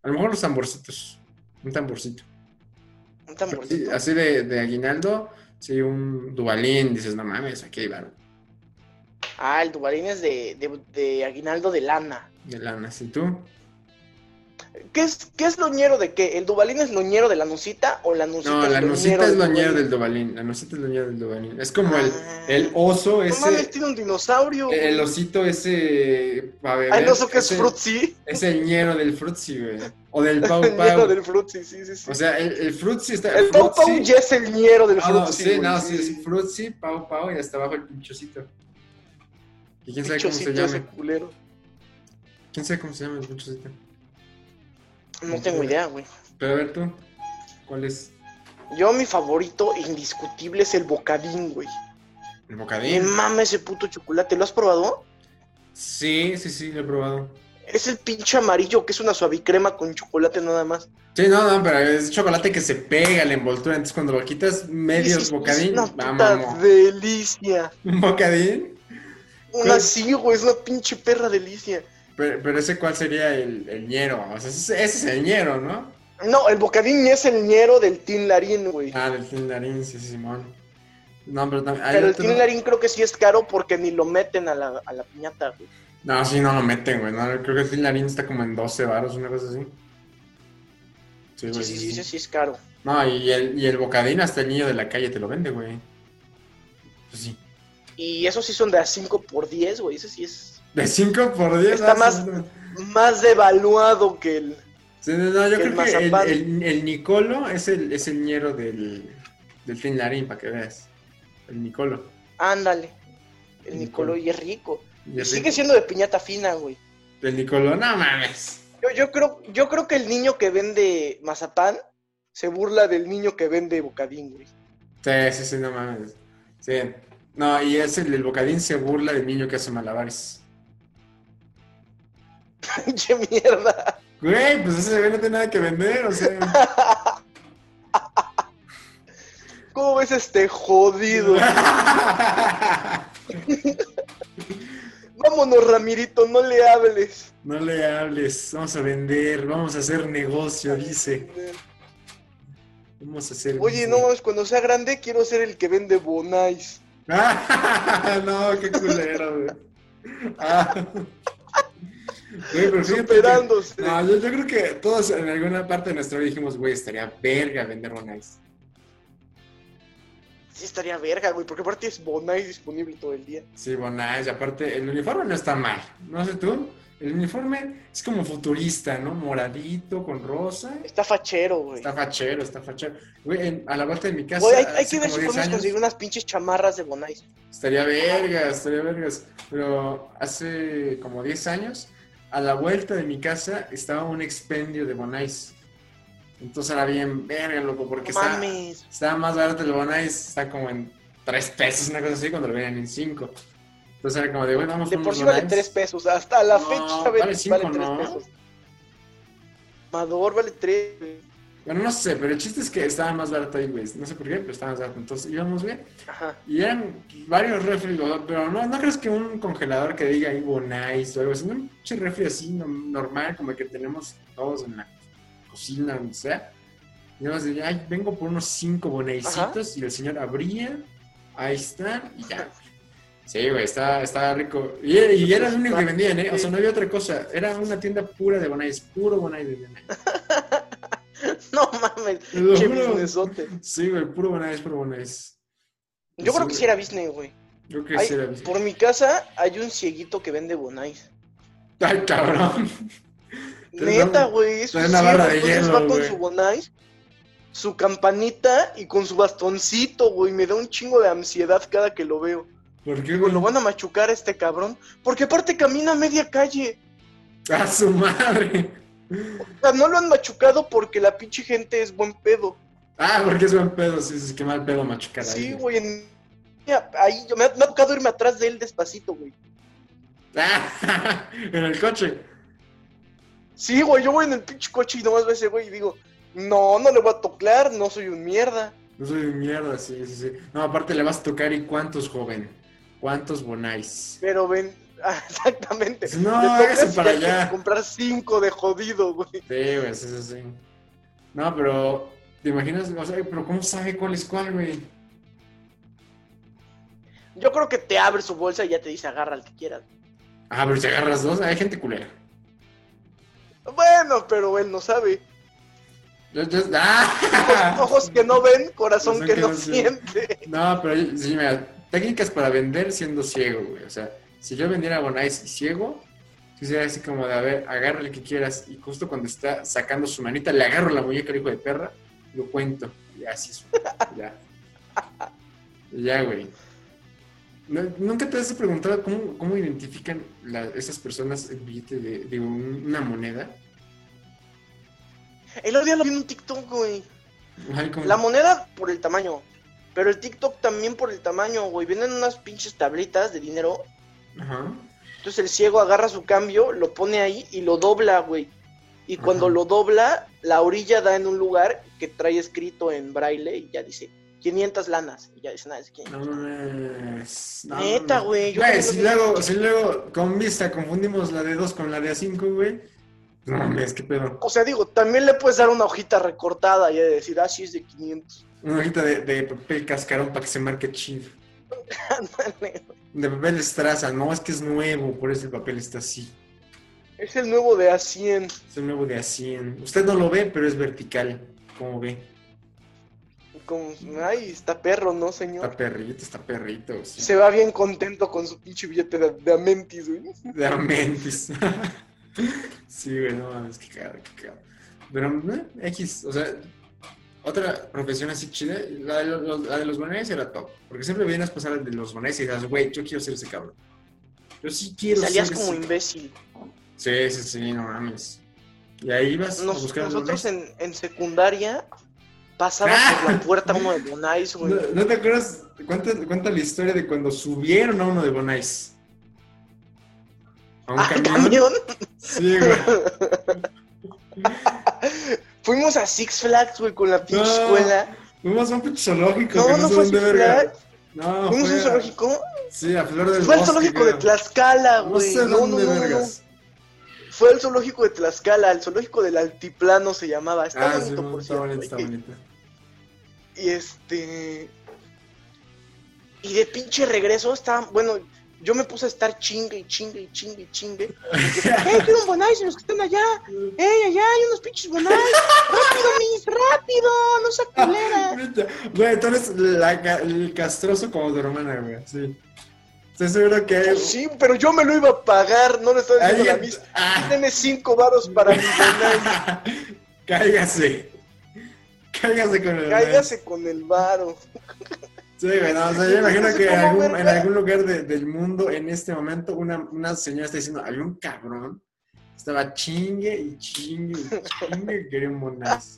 Speaker 2: A lo mejor los tamborcitos. Un tamborcito.
Speaker 1: Un
Speaker 2: Pero sí,
Speaker 1: tamborcito.
Speaker 2: así de, de aguinaldo, sí, un dubalín, dices, no mames, aquí hay varo
Speaker 1: Ah, el tubarín es de, de- de aguinaldo de lana.
Speaker 2: de lana. ¿Y tú?
Speaker 1: ¿Qué es, ¿Qué es loñero de qué? ¿El dubalín es loñero de la nucita o la nucita
Speaker 2: No,
Speaker 1: es
Speaker 2: la nocita es loñero
Speaker 1: Dubalín?
Speaker 2: del dubalín. La nocita es loñero del dubalín. Es como el,
Speaker 1: Ah.
Speaker 2: el oso
Speaker 1: No mames,
Speaker 2: ese,
Speaker 1: tiene un dinosaurio.
Speaker 2: el osito ese pa' beber,
Speaker 1: Ay, no sé qué es
Speaker 2: ese-
Speaker 1: frutzi.
Speaker 2: Es el ñero del frutzi, güey. O del pau
Speaker 1: El
Speaker 2: pau.
Speaker 1: ñero del frutzi, sí, sí, sí.
Speaker 2: O sea, el, el frutzi está...
Speaker 1: el pau pau
Speaker 2: frutzi-
Speaker 1: ya es el ñero del
Speaker 2: Ah, no,
Speaker 1: frutzi.
Speaker 2: sí,
Speaker 1: güey,
Speaker 2: no, sí, es frutzi, pau pau y hasta abajo el pinchocito. Y quién sabe cómo se
Speaker 1: Chocito ese
Speaker 2: llama.
Speaker 1: culero.
Speaker 2: ¿Quién sabe cómo se llama el pinchocito?
Speaker 1: No tengo idea, güey.
Speaker 2: Pero a ver tú, ¿cuál es
Speaker 1: Yo, mi favorito indiscutible es el bocadín, güey.
Speaker 2: el
Speaker 1: Me
Speaker 2: bocadín?
Speaker 1: mama ese puto chocolate. ¿Lo has probado?
Speaker 2: Sí, sí, sí, lo he probado.
Speaker 1: Es el pinche amarillo que es una suavicrema con chocolate nada más.
Speaker 2: Sí, no, no, pero es chocolate que se pega a la envoltura, entonces cuando lo quitas, medio
Speaker 1: Sí, sí,
Speaker 2: bocadín,
Speaker 1: Es una puta
Speaker 2: vamos.
Speaker 1: delicia.
Speaker 2: <laughs> ¿Un bocadín?
Speaker 1: Una
Speaker 2: ¿Cuál?
Speaker 1: así, güey, es una pinche perra delicia.
Speaker 2: Pero, pero ese cuál sería el, el ñero, o sea, ese, ese es el ñero, ¿no?
Speaker 1: No, el bocadín es el ñero del Tin Larín, güey.
Speaker 2: Ah, del tindarín, sí, sí, Simón. No, pero también... hay
Speaker 1: Pero el
Speaker 2: otro-
Speaker 1: Tin Larín creo que sí es caro porque ni lo meten a la, a la piñata, güey.
Speaker 2: No, sí, no lo meten, güey, no, creo que el tindarín está como en 12 varos, una cosa así. Sí, güey,
Speaker 1: Sí, sí, sí, sí, sí es caro.
Speaker 2: No, y el, y el bocadín hasta el niño de la calle te lo vende, güey. Pues sí.
Speaker 1: Y esos sí son de a 5 por 10, güey. Ese sí es
Speaker 2: De 5 por 10.
Speaker 1: Está más- más devaluado que el...
Speaker 2: no, yo
Speaker 1: el
Speaker 2: creo que el,
Speaker 1: mazapán.
Speaker 2: el- el Nicolo es el, es el ñero del, del Tinlarín, para que veas. El Nicolo.
Speaker 1: Ándale. El
Speaker 2: El
Speaker 1: Nicoló
Speaker 2: Nicoló.
Speaker 1: y es rico.
Speaker 2: Y
Speaker 1: Y
Speaker 2: el,
Speaker 1: sigue siendo de piñata fina, güey.
Speaker 2: el Nicolo, no mames.
Speaker 1: Yo, yo creo, yo creo que el niño que vende mazapán se burla del niño que vende bocadín, güey. <laughs>
Speaker 2: Sí, sí, sí, no mames. Sí. No, y es el, el bocadín se burla del niño que hace malabares.
Speaker 1: ¡Qué mierda!
Speaker 2: Güey, pues ese güey no tiene nada que vender,
Speaker 1: <laughs>
Speaker 2: o sea.
Speaker 1: ¿Cómo ves este
Speaker 2: <laughs>
Speaker 1: jodido? Vámonos, Ramirito, no le hables.
Speaker 2: No le hables, vamos a vender, vamos a hacer negocio, dice. Vamos a hacer.
Speaker 1: Oye, no
Speaker 2: <laughs>
Speaker 1: mames, cuando sea grande quiero ser el que vende bonais.
Speaker 2: Ah, no, qué culero, güey. Ah. Güey, pero Ah. fíjate que-
Speaker 1: Superándose.
Speaker 2: No, yo, yo creo que todos en alguna parte de nuestra vida dijimos, güey, estaría verga vender bonais.
Speaker 1: Sí estaría verga, güey, porque aparte es bonais disponible todo el día.
Speaker 2: Sí, bonais, y aparte el uniforme no está mal, no sé tú. El uniforme es como futurista, ¿no? Moradito, con rosa.
Speaker 1: Está fachero, güey.
Speaker 2: Está fachero, está fachero. Güey, en- a la vuelta de mi casa.
Speaker 1: Güey, hay, hay que
Speaker 2: hace
Speaker 1: ver
Speaker 2: como
Speaker 1: si
Speaker 2: 10
Speaker 1: podemos
Speaker 2: años-
Speaker 1: conseguir unas pinches chamarras de bonais.
Speaker 2: Estaría vergas, estaría vergas. Pero hace como 10 años, a la vuelta de mi casa estaba un expendio de Bonais. Entonces era bien verga, loco, porque
Speaker 1: No
Speaker 2: estaba,
Speaker 1: mames.
Speaker 2: estaba más barato el Bonais, está como en tres pesos, una cosa así, cuando lo venían en cinco. Entonces era como de, bueno, vamos
Speaker 4: De
Speaker 2: unos
Speaker 4: por sí vale
Speaker 2: dólares.
Speaker 4: 3 pesos. Hasta la
Speaker 2: No,
Speaker 4: fecha vale,
Speaker 2: vale cinco,
Speaker 4: vale 3
Speaker 2: ¿no?
Speaker 4: pesos. Amador vale 3.
Speaker 2: Bueno, no sé, pero el chiste es que estaba más barato ahí, güey. No sé por qué, pero estaba más barato. Entonces íbamos, güey,
Speaker 1: Ajá. <laughs>
Speaker 2: y eran varios refri, o sea, pero no, no crees que un congelador que diga ahí Bonais o algo así, no un pinche refri así no- normal, como el que tenemos todos en la cocina, o sea. Y nada más diría, ay, vengo por unos cinco Bonaisitos, y el señor abría, ahí está, y ya, güey. Sí, güey, estaba, estaba rico. Y, era- y era lo único que vendían, ¿eh? O sea, no había otra cosa. Era una tienda pura de Bonais, puro Bonais vendían ahí.
Speaker 1: No mames.
Speaker 2: Te lo
Speaker 4: Che,
Speaker 2: juro.
Speaker 4: businessote.
Speaker 2: Sí, güey, puro Bonais, puro Bonais.
Speaker 1: Yo
Speaker 2: Sí,
Speaker 1: creo que sí
Speaker 2: güey.
Speaker 1: era business, güey.
Speaker 2: Yo creo que
Speaker 1: Ay,
Speaker 2: sí era.
Speaker 1: Por mi casa hay un cieguito que vende bonais.
Speaker 2: Ay, cabrón.
Speaker 1: <laughs>
Speaker 2: Entonces,
Speaker 1: Neta,
Speaker 2: no,
Speaker 1: güey, eso
Speaker 2: no
Speaker 1: es
Speaker 2: es una
Speaker 1: cierto.
Speaker 2: barra de
Speaker 1: Entonces
Speaker 2: hielo,
Speaker 1: va con
Speaker 2: güey.
Speaker 1: su bonais, su campanita y con su bastoncito, güey. Me da un chingo de ansiedad cada que lo veo.
Speaker 2: ¿Por qué,
Speaker 1: Digo,
Speaker 2: güey?
Speaker 1: lo van a machucar a este cabrón. Porque aparte camina a media calle.
Speaker 2: ¡A su madre!
Speaker 1: O sea, no lo han machucado porque la pinche gente es buen pedo.
Speaker 2: Ah, porque es buen pedo, sí, sí, qué mal pedo machucar ahí,
Speaker 1: Sí, güey. en- Mira, Ahí yo me ha, me ha tocado irme atrás de él despacito, güey.
Speaker 2: Ah, <laughs> en el coche.
Speaker 1: Sí, güey, yo voy en el pinche coche y nomás veo ese güey y digo, no, no le voy a tocar, no soy un mierda.
Speaker 2: No soy de mierda, sí, sí, sí. No, aparte le vas a tocar y cuántos, joven. ¿Cuántos bonais?
Speaker 1: Pero ven, <laughs> ah, exactamente.
Speaker 2: No,
Speaker 1: Le tocas
Speaker 2: hágase
Speaker 1: y
Speaker 2: para
Speaker 1: ya tienes
Speaker 2: allá.
Speaker 1: que comprar cinco de jodido, güey.
Speaker 2: Sí, güey, sí, sí, sí. No, pero, ¿te imaginas? O sea, pero ¿cómo sabe cuál es cuál, güey?
Speaker 1: Yo creo que te abre su bolsa y ya te dice agarra al que quieras.
Speaker 2: Ah, pero si agarras dos, hay gente culera.
Speaker 1: Bueno, pero él no
Speaker 2: <laughs>
Speaker 1: sabe.
Speaker 2: Yo- yo-
Speaker 1: <laughs>
Speaker 2: ¡Ah!
Speaker 1: Ojos que no ven, corazón
Speaker 2: Corazón
Speaker 1: que
Speaker 2: que
Speaker 1: no
Speaker 2: no
Speaker 1: siente.
Speaker 2: No, pero yo- sí, mira, técnicas para vender siendo ciego, güey. O sea, si yo vendiera Bonais y ciego, sí sería así como de, a ver, agarra el que quieras. Y justo cuando está sacando su manita, le agarro la muñeca al hijo de perra, lo cuento. Y así es. <laughs> Ya. Y Ya, güey. No- ¿Nunca te has preguntado cómo, cómo identifican la- esas personas el billete de, digo, un- una moneda?
Speaker 1: El otro día lo vi en un TikTok, güey.
Speaker 2: Ay, como-
Speaker 1: La moneda por el tamaño. Pero el TikTok también por el tamaño, güey. Vienen unas pinches tablitas de dinero.
Speaker 2: Ajá.
Speaker 1: Entonces el ciego agarra su cambio, lo pone ahí y lo dobla, güey. Y cuando
Speaker 2: Ajá.
Speaker 1: lo dobla, la orilla da en un lugar que trae escrito en braille y ya dice 500 lanas. Y ya dice nada, es 500.
Speaker 2: No mames. No
Speaker 1: Neta,
Speaker 2: mames.
Speaker 1: güey, yo
Speaker 2: Güey,
Speaker 1: también
Speaker 2: si
Speaker 1: lo vi.
Speaker 2: luego, si luego con vista confundimos la de 2 con la de 5, güey. No mames, qué pedo.
Speaker 1: O sea, digo, también le puedes dar una hojita recortada y de decir, ah, sí, es de 500.
Speaker 2: Una hojita de, de papel cascarón para que se marque chido.
Speaker 1: <laughs> Ándale, güey.
Speaker 2: De papel estraza, no, es que es nuevo, por eso el papel está así.
Speaker 1: es el nuevo de A100.
Speaker 2: Es un nuevo de a 100. Usted no lo ve, pero es vertical. ¿Cómo ve?
Speaker 1: Como, ay, está perro, ¿no, señor?
Speaker 2: Está perrito, está perrito. sí.
Speaker 1: Se va bien contento con su pinche billete de, de Amentis, güey.
Speaker 2: De Amentis. <laughs> sí, güey, no mames, qué caro, qué caro. Pero, eh, X, o sea, otra profesión así chida, la de los, la de los bonaires era top. Porque siempre venías pasar el de los bonaires y decías, güey, yo quiero ser ese cabrón. Yo sí quiero
Speaker 1: Salías
Speaker 2: ser
Speaker 1: como
Speaker 2: ese
Speaker 1: imbécil.
Speaker 2: Sí, sí, sí, no mames. Y ahí ibas a
Speaker 1: Nos-
Speaker 2: buscar los
Speaker 1: nosotros
Speaker 2: bonais.
Speaker 1: en, en secundaria pasaba por
Speaker 2: <laughs>
Speaker 1: la puerta uno de Bonais, güey. <laughs>
Speaker 2: ¿No, no te acuerdas? Cuenta, cuenta la historia de cuando subieron a uno de bonais. A un
Speaker 1: Ah,
Speaker 2: camión.
Speaker 1: camión.
Speaker 2: Sí, güey.
Speaker 1: Fuimos a Six Flags, güey, con la pinche
Speaker 2: No,
Speaker 1: escuela.
Speaker 2: Fuimos a un pinche zoológico.
Speaker 1: No,
Speaker 2: que
Speaker 1: no,
Speaker 2: sé
Speaker 1: fue
Speaker 2: dónde
Speaker 1: Six
Speaker 2: verga.
Speaker 1: Flags.
Speaker 2: No,
Speaker 1: Fuimos a un
Speaker 2: a-
Speaker 1: zoológico.
Speaker 2: Sí, a Flor del
Speaker 1: Fue al
Speaker 2: Bosque,
Speaker 1: zoológico de
Speaker 2: creo.
Speaker 1: Tlaxcala,
Speaker 2: No
Speaker 1: güey.
Speaker 2: sé
Speaker 1: No, no,
Speaker 2: dónde,
Speaker 1: no, no, no.
Speaker 2: vergas.
Speaker 1: Fue al zoológico de Tlaxcala, el zoológico del altiplano se llamaba. Está
Speaker 2: Ah, sí,
Speaker 1: bonito, por
Speaker 2: está
Speaker 1: cierto.
Speaker 2: bonito,
Speaker 1: hay
Speaker 2: está
Speaker 1: que-
Speaker 2: bonito.
Speaker 1: Y este. Y de pinche regreso estaba. Bueno, yo me puse a estar chingue y chingue y chingue y chingue. ¡Eh, quiero un bonais! ¡Los que están allá! ¡Eh, allá hay unos pinches bonais! ¡Rápido, mis! ¡Rápido! ¡No se aceleran!
Speaker 2: Neta, <laughs> Güey, tú eres la ca- el castroso como tu hermana, güey. Sí. Estoy seguro que hay.
Speaker 1: Pues sí, pero yo me lo iba a pagar, no le estaba diciendo la
Speaker 2: alguien-
Speaker 1: misa.
Speaker 2: <laughs> Ah.
Speaker 1: Tiene cinco varos para mi bonais.
Speaker 2: Cáigase. Cáigase con el.
Speaker 1: Cállase con el varo.
Speaker 2: Sí, güey, no, o sea, yo imagino
Speaker 1: Entonces,
Speaker 2: que en
Speaker 1: ¿cómo
Speaker 2: algún,
Speaker 1: verga?
Speaker 2: en algún lugar de- del mundo, en este momento, una, una señora está diciendo, había un cabrón, estaba chingue y chingue y
Speaker 1: <laughs>
Speaker 2: chingue que quería un monazo.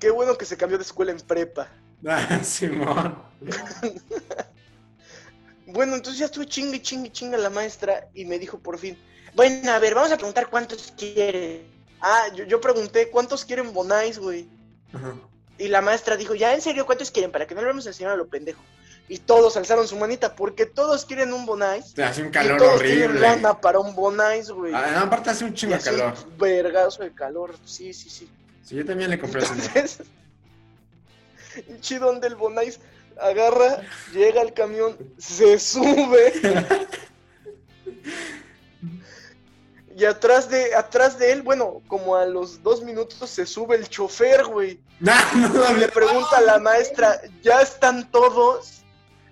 Speaker 4: Qué bueno que se cambió de escuela en prepa.
Speaker 2: Ah, <laughs> Simón.
Speaker 1: Bueno, entonces ya estuve chingue, y chingue, y chingue a la maestra y me dijo por fin, bueno, a ver, vamos a preguntar cuántos quieren. Ah, yo, yo pregunté, ¿cuántos quieren Bonais, güey?
Speaker 2: Ajá.
Speaker 1: Y la maestra dijo, ya, en serio, ¿cuántos quieren? Para que no le vamos a enseñar a lo pendejo. Y todos alzaron su manita porque todos quieren un Bonais.
Speaker 2: Te hace un
Speaker 1: y
Speaker 2: calor
Speaker 1: todos
Speaker 2: horrible.
Speaker 1: tienen lana para un Bonais, güey.
Speaker 2: Ah, aparte hace un
Speaker 1: pues. Y
Speaker 2: chingo de
Speaker 1: hace
Speaker 2: calor.
Speaker 1: un Vergazo de calor, sí, sí, sí.
Speaker 2: Sí, yo también le compré ese. <laughs>
Speaker 1: Entonces, <laughs> chidón del Bonais agarra, llega al camión, se sube. Y atrás de, atrás de él, bueno, como a los dos minutos se sube el chofer, güey.
Speaker 2: No, Ah, no, no,
Speaker 1: Le
Speaker 2: no.
Speaker 1: pregunta a la maestra, ¿ya están todos?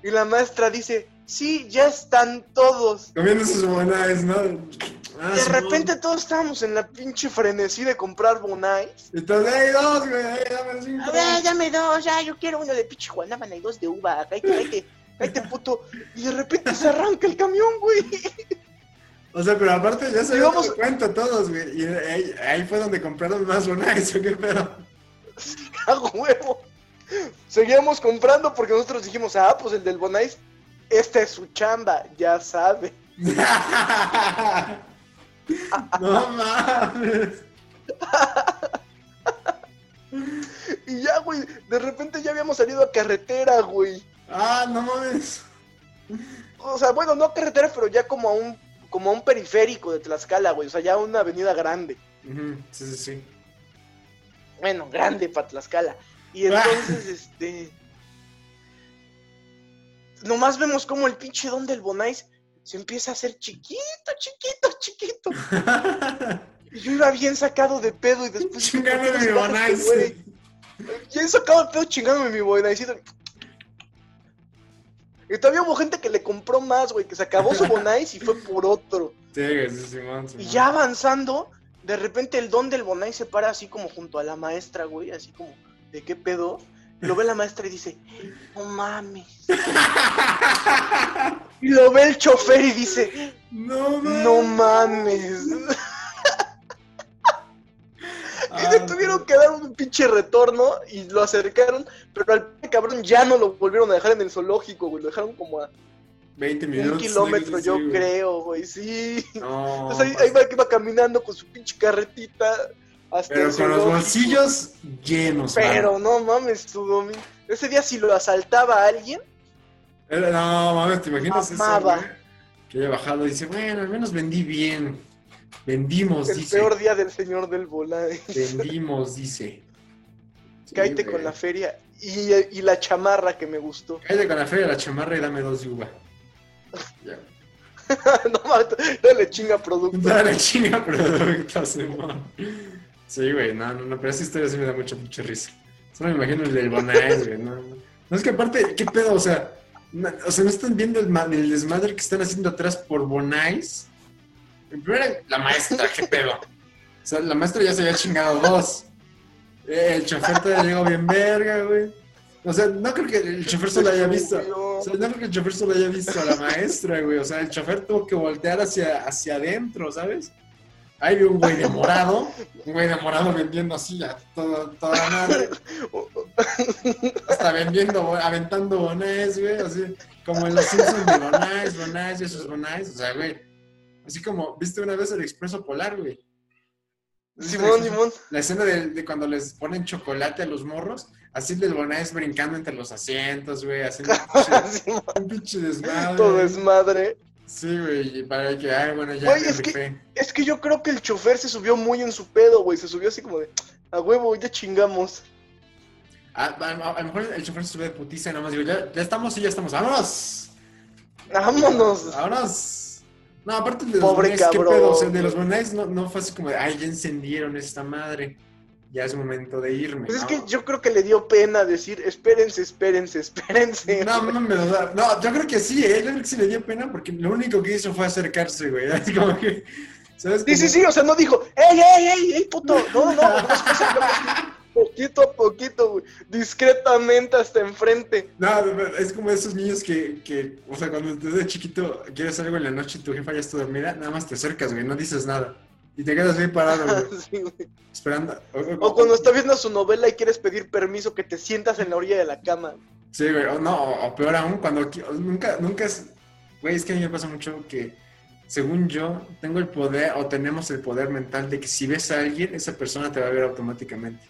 Speaker 1: Y la maestra dice, sí, ya están todos.
Speaker 2: Comiendo sus bonaes, ¿no? Ah,
Speaker 1: De
Speaker 2: Simón.
Speaker 1: repente todos estábamos en la pinche frenesí de comprar bonais.
Speaker 2: Entonces, ¡ey, dos, güey! ¡Ey, dame cinco!
Speaker 1: A ver, dame dos, ya, yo quiero uno de pinche guanábana y dos de uva, cállate, cállate, cállate, puto. Y de repente se arranca el camión, güey. <laughs>
Speaker 2: O sea, pero aparte ya se
Speaker 1: Y
Speaker 2: habían
Speaker 1: vamos-
Speaker 2: dado cuenta todos, güey. Y ahí, ahí fue donde compraron más bonaes, ¿o qué pedo? <laughs>
Speaker 1: A huevo. Seguíamos comprando porque nosotros dijimos, ah, pues el del Bonais, esta es su chamba, ya sabe. <laughs>
Speaker 2: no mames.
Speaker 1: Y ya, güey, de repente ya habíamos salido a carretera, güey.
Speaker 2: Ah, no mames.
Speaker 1: O sea, bueno, no a carretera, pero ya como a un, como a un periférico de Tlaxcala, güey. O sea, ya a una avenida grande.
Speaker 2: Ujú, Sí, sí, sí.
Speaker 1: bueno, grande para Tlaxcala. Y
Speaker 2: Ah.
Speaker 1: entonces, este. Nomás vemos como el pinche don del Bonais se empieza a hacer chiquito, chiquito,
Speaker 2: <laughs>
Speaker 1: chiquito. Y yo iba bien sacado de pedo y después. dije,
Speaker 2: Chingame
Speaker 1: "¿Por Pues, qué
Speaker 2: mi
Speaker 1: los carros se
Speaker 2: bonais.
Speaker 1: mueren?". Bien sacado de pedo chingándome mi Bonaisito. Y todavía hubo gente que le compró más, güey, que se acabó
Speaker 2: <laughs>
Speaker 1: su Bonais y fue por otro.
Speaker 2: Sí, güey, sí, Simón, Simón.
Speaker 1: Y ya avanzando, de repente el don del Bonai se para así como junto a la maestra, güey, así como, ¿de qué pedo? Lo ve la maestra y dice, no
Speaker 2: <laughs>
Speaker 1: mames. Y lo ve el chofer y dice,
Speaker 2: No mames.
Speaker 1: no mames. <laughs> Y le
Speaker 2: Ah,
Speaker 1: tuvieron que dar un pinche retorno y lo acercaron, pero al pobre cabrón ya no lo volvieron a dejar en el zoológico, güey. Lo dejaron como a
Speaker 2: 20 minutos.
Speaker 1: un
Speaker 2: una
Speaker 1: kilómetro,
Speaker 2: cosa
Speaker 1: yo
Speaker 2: así, güey.
Speaker 1: creo, güey, sí.
Speaker 2: No.
Speaker 1: Entonces ahí, ahí va que iba caminando con su pinche carretita hasta el
Speaker 2: Pero con los
Speaker 1: zoológico.
Speaker 2: bolsillos llenos, mano.
Speaker 1: Pero no mames, tu domi- Ese día si lo asaltaba a alguien,
Speaker 2: Era- No, mames, ¿te imaginas
Speaker 1: Mamaba.
Speaker 2: eso, güey? Que haya bajado y dice, bueno, al menos vendí bien. Vendimos,
Speaker 1: el
Speaker 2: dice.
Speaker 1: peor día del señor del volante.
Speaker 2: Vendimos, dice.
Speaker 1: <laughs>
Speaker 2: Sí,
Speaker 1: Cállate
Speaker 2: güey.
Speaker 1: con la feria y, y la chamarra que me gustó. <laughs>
Speaker 2: Cállate con la feria de la chamarra y dame dos de uva. Ya.
Speaker 1: no mames, dale chinga producto.
Speaker 2: Dale chinga producto, Simón. Sí, güey, no, no, no, pero esa historia sí me da mucha, mucha risa. Solo me imagino el del Bonais, güey, no, no. No, es que aparte, ¿qué pedo? O sea, no, o sea, ¿no están viendo el, ma- el desmadre que están haciendo atrás por Bonais? En primera, la maestra, ¿qué pedo? O sea, la maestra ya se había chingado dos. Eh, El chofer te llegó bien verga, güey. O sea, no creo que el chofer se lo haya visto. O sea, no creo que el chofer solo haya visto a la maestra, güey. O sea, el chofer tuvo que voltear hacia, hacia adentro, ¿sabes? Ahí vio un güey de morado, un güey de morado vendiendo así a toda, toda madre. Hasta vendiendo, bo- aventando bonais, güey. Así, como en los Simpsons de bonais, bonais, esos bonais. O sea, güey. Así como, ¿viste una vez el expreso polar, güey?
Speaker 1: Simón, Simón.
Speaker 2: <laughs>
Speaker 1: <laughs>
Speaker 2: La escena de, de cuando les ponen chocolate a los morros, así el del bonais brincando entre los asientos, güey, haciendo un pinche-
Speaker 1: Simón,
Speaker 2: un pinche desmadre.
Speaker 1: Todo es madre.
Speaker 2: Sí, güey, y para que, ay, bueno, ya
Speaker 1: Güey,
Speaker 2: me
Speaker 1: es que-
Speaker 2: rifé.
Speaker 1: Es que yo creo que el chofer se subió muy en su pedo, güey. Se subió así como de, a huevo, ya chingamos.
Speaker 2: A, a- a- a lo mejor el chofer se sube de putiza y nada más digo, ya, ya estamos, sí, ya estamos, ¡vámonos!
Speaker 1: Vámonos.
Speaker 2: Ah, ¡Vámonos! No, aparte el de los
Speaker 1: Pobre
Speaker 2: bonais, ¿qué
Speaker 1: cabrón.
Speaker 2: pedo? O sea, el de los bonais no, no fue así como de, ay, ya encendieron esta madre, ya es momento de irme.
Speaker 1: Pues es
Speaker 2: no.
Speaker 1: que yo creo que le dio pena decir, espérense, espérense, espérense.
Speaker 2: No, mames, o sea, no, yo creo que sí, ¿eh? yo creo que sí le dio pena porque lo único que hizo fue acercarse, güey. <laughs> Así como que, ¿sabes?
Speaker 1: Sí,
Speaker 2: Como-
Speaker 1: sí, sí, o sea, no dijo, ¡ey, ey, ey, ey, puto! No, no, no, no, <laughs> poquito a poquito, güey, discretamente hasta enfrente.
Speaker 2: No, no, no, es como esos niños que, que, o sea, cuando desde chiquito quieres algo en la noche y tu jefa ya está dormida, nada más te acercas, güey, no dices nada. Y te quedas bien parado, güey,
Speaker 1: <laughs> Sí, güey.
Speaker 2: esperando. O, o-
Speaker 1: o cuando está viendo su novela y quieres pedir permiso que te sientas en la orilla de la cama.
Speaker 2: Sí, güey, o no, o, o peor aún, cuando qui- o nunca, nunca es, güey, es que a mí me pasa mucho que, según yo, tengo el poder o tenemos el poder mental de que si ves a alguien, esa persona te va a ver automáticamente.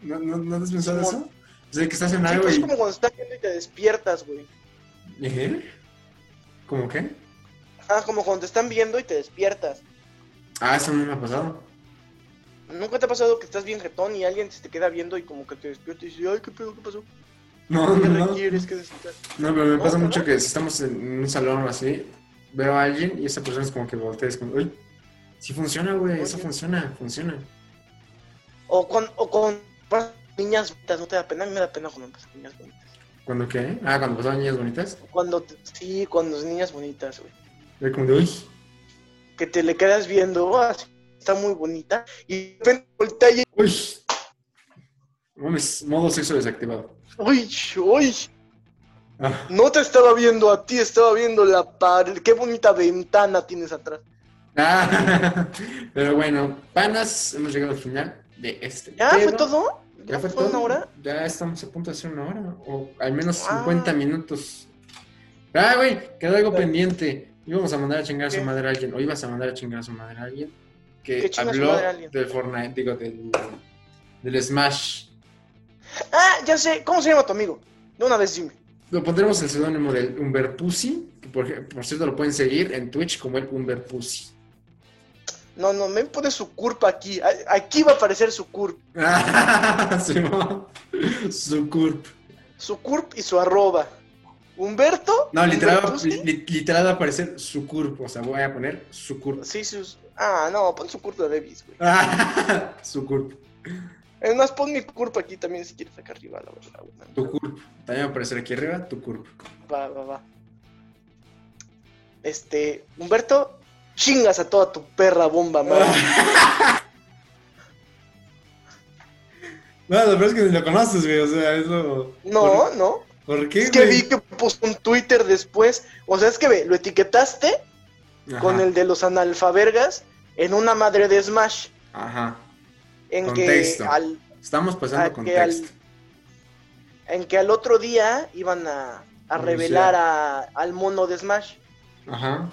Speaker 2: ¿No, no, no has pensado
Speaker 1: Simón.
Speaker 2: eso? O sea, que estás en
Speaker 1: Sí, pues,
Speaker 2: algo
Speaker 1: es
Speaker 2: y...
Speaker 1: como cuando estás viendo y te despiertas, güey.
Speaker 2: ¿Eh? ¿Cómo qué?
Speaker 1: Ah, como cuando te están viendo y te despiertas.
Speaker 2: Ah, eso no me ha pasado.
Speaker 1: ¿Nunca te ha pasado que estás bien jetón y alguien se te queda viendo y como que te despiertas y dices, ay, qué pedo, qué pasó?
Speaker 2: No,
Speaker 1: ¿Qué
Speaker 2: no, no.
Speaker 1: requieres que despiertas?
Speaker 2: No, pero me
Speaker 1: No,
Speaker 2: pasa
Speaker 1: ¿no?
Speaker 2: mucho que si estamos en un salón o así, veo a alguien y esa persona es como que voltea y es como, uy, sí funciona, güey, eso
Speaker 1: Oye.
Speaker 2: funciona, funciona.
Speaker 1: O con, o con pasan niñas bonitas, ¿no te da pena? A mí me da pena cuando pasan niñas bonitas.
Speaker 2: ¿Cuándo qué? Ah, cuando pasaban niñas bonitas.
Speaker 1: Cuando, te- sí, cuando son niñas bonitas, güey.
Speaker 2: Era como de, uy,
Speaker 1: Que te le quedas viendo, "Ah, sí, está muy bonita. Y de repente voltea y,
Speaker 2: uy. Mames, modo sexo desactivado. <laughs>
Speaker 1: uy, uy.
Speaker 2: Ah,
Speaker 1: No te estaba viendo a ti, estaba viendo la pared. Qué bonita ventana tienes atrás.
Speaker 2: Ah, pero bueno, panas, hemos llegado al final de este.
Speaker 1: ¿Ya
Speaker 2: pedo.
Speaker 1: fue todo? ¿Ya,
Speaker 2: ¿Ya fue
Speaker 1: fue
Speaker 2: todo?
Speaker 1: una hora?
Speaker 2: Ya estamos a punto de hacer una hora, o al menos
Speaker 1: Ah.
Speaker 2: 50 minutos. Ah, güey, quedó algo
Speaker 1: Dale.
Speaker 2: pendiente. Íbamos a mandar a chingar a su
Speaker 1: ¿Qué?
Speaker 2: madre a alguien, o ibas a mandar a chingar a su madre a alguien que
Speaker 1: Que chinga a su
Speaker 2: habló
Speaker 1: madre a alguien.
Speaker 2: del Fortnite, digo, del, del Smash.
Speaker 1: Ah, ya sé. ¿Cómo se llama tu amigo? De una vez dime.
Speaker 2: Lo pondremos el seudónimo del Umberpussy, que por, ej- por cierto lo pueden seguir en Twitch como el <laughs> Umberpussy.
Speaker 1: No, no, me pone su curpa aquí. A- Aquí va a aparecer su curp.
Speaker 2: Simón. Su curp.
Speaker 1: Su curp y su arroba. Humberto.
Speaker 2: No, literal, pues, va-
Speaker 1: ¿Humbertusi?
Speaker 2: li- literal va a aparecer su curp, o sea, voy a poner su curp.
Speaker 1: Sí, sus. Ah, no, pon su curp de Davis, güey.
Speaker 2: Ah, <laughs> su curp,
Speaker 1: Es más, pon mi curp aquí también si quieres acá arriba, la verdad. güey.
Speaker 2: tu curp. También va a aparecer aquí arriba, tu curp. <laughs>
Speaker 1: Va, va, va. Este, Humberto, chingas a toda tu perra bomba, madre.
Speaker 2: Ah, No, lo peor es que ni lo conoces, güey. O sea, es lo.
Speaker 1: No,
Speaker 2: ¿Por,
Speaker 1: no.
Speaker 2: por qué?
Speaker 1: Es que vi que puso un Twitter después. O sea, es que ve, lo etiquetaste
Speaker 2: vi
Speaker 1: con el de los analfabergas en una madre de Smash.
Speaker 2: Ajá.
Speaker 1: En
Speaker 2: Contexto.
Speaker 1: que al
Speaker 2: Estamos pasando
Speaker 1: Ah, que
Speaker 2: contexto.
Speaker 1: en que al otro día iban a, a
Speaker 2: Anunciar.
Speaker 1: revelar a- al mono de Smash.
Speaker 2: Ajá.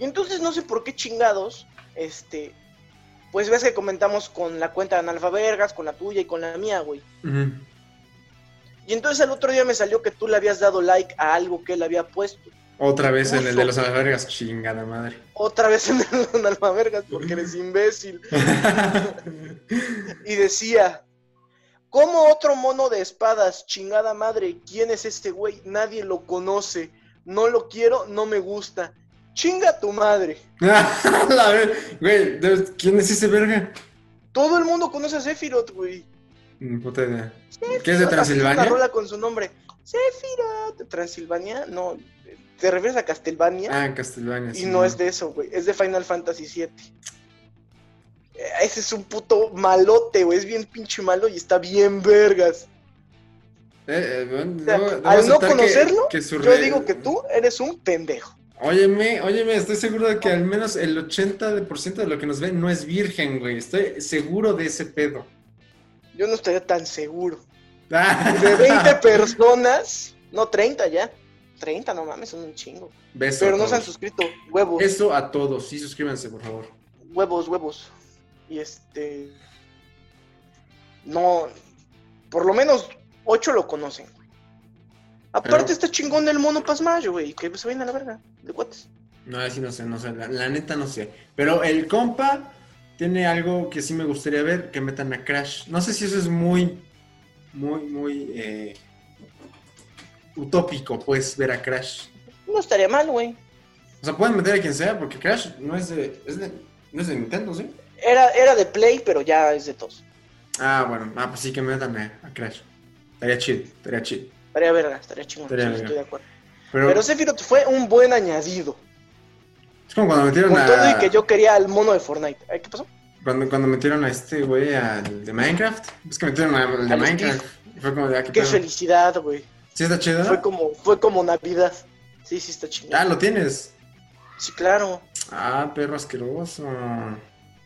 Speaker 1: Y entonces no sé por qué chingados, este, pues ves que comentamos con la cuenta de analfabergas, con la tuya y con la mía, güey.
Speaker 2: Ujú.
Speaker 1: Y entonces al otro día me salió que tú le habías dado like a algo que él había puesto.
Speaker 2: Otra vez en el
Speaker 1: Justo.
Speaker 2: de los albergas, chingada madre. <laughs>
Speaker 1: Otra vez en el <laughs> analfabergas porque eres imbécil. y decía, ¿cómo otro mono de espadas, chingada madre? ¿Quién es este güey? Nadie lo conoce. No lo quiero, no me gusta. Chinga tu madre.
Speaker 2: La ver- güey, de- ¿quién es ese verga?
Speaker 1: Todo el mundo conoce a Sephiroth, güey.
Speaker 2: Ni puta idea. ¿Qué es de
Speaker 1: Hasta tiene Una
Speaker 2: Transilvania?
Speaker 1: rola con su nombre. Sephiroth. ¿Transilvania? No. ¿Te refieres a Castlevania?
Speaker 2: Ah, Castlevania.
Speaker 1: y
Speaker 2: sí,
Speaker 1: no es de eso, güey. Es de Final Fantasy VII. Eh, Ese es un puto malote, güey. Es bien pinche malo y está bien vergas.
Speaker 2: Eh, eh, bueno,
Speaker 1: sea,
Speaker 2: debo- debo
Speaker 1: al no
Speaker 2: aceptar que-
Speaker 1: conocerlo,
Speaker 2: que su
Speaker 1: Yo
Speaker 2: re-
Speaker 1: digo que tú eres un pendejo.
Speaker 2: Óyeme, óyeme, estoy seguro de que al menos el 80% de lo que nos ven no es virgen, güey. Estoy seguro de ese pedo. <laughs>
Speaker 1: Yo no estaría tan seguro. De 20
Speaker 2: <laughs> De
Speaker 1: personas, no 30 ya. 30, no mames, son un chingo.
Speaker 2: Beso
Speaker 1: Pero
Speaker 2: a
Speaker 1: no se han
Speaker 2: todos.
Speaker 1: suscrito. Huevos,
Speaker 2: Beso a todos. Sí, suscríbanse, por favor.
Speaker 1: huevos, huevos. Y este. No. Por lo menos 8 lo conocen. güey. Aparte
Speaker 2: Pero-
Speaker 1: está chingón el mono pasmayo, güey. Que se vayan a la verga. De cuates.
Speaker 2: No, así no sé, no sé. La, la neta no sé. Pero el compa tiene algo que sí me gustaría ver, que metan a Crash. No sé si eso es muy, muy, muy eh, utópico, pues, ver a Crash.
Speaker 1: No estaría mal, güey.
Speaker 2: O sea, pueden meter a quien sea, porque Crash no es de, es de- no es de Nintendo, ¿sí?
Speaker 1: Era, era de Play, pero ya es de todos.
Speaker 2: Ah, bueno, ah, pues sí que metan a, a Crash. Estaría chido, estaría chido.
Speaker 1: Estaría verga, estaría chingón.
Speaker 2: Estaría
Speaker 1: sí,
Speaker 2: verga.
Speaker 1: estoy de acuerdo.
Speaker 2: Pero,
Speaker 1: Pero Sephiroth fue un buen añadido.
Speaker 2: es como cuando metieron
Speaker 1: Con todo y
Speaker 2: a.
Speaker 1: que yo quería al mono de Fortnite. Ay, ¿Qué pasó?
Speaker 2: Cuando, cuando metieron a este güey al de Minecraft. Es que metieron al de
Speaker 1: Al
Speaker 2: Minecraft. Y Fue como de ah, qué
Speaker 1: Qué
Speaker 2: pedo. ¿Ah?
Speaker 1: felicidad, güey.
Speaker 2: ¿Sí está chido?
Speaker 1: Fue como, fue como Navidad. Sí, sí, está chingón.
Speaker 2: Ah, lo tienes.
Speaker 1: Sí, claro.
Speaker 2: Ah, perro asqueroso.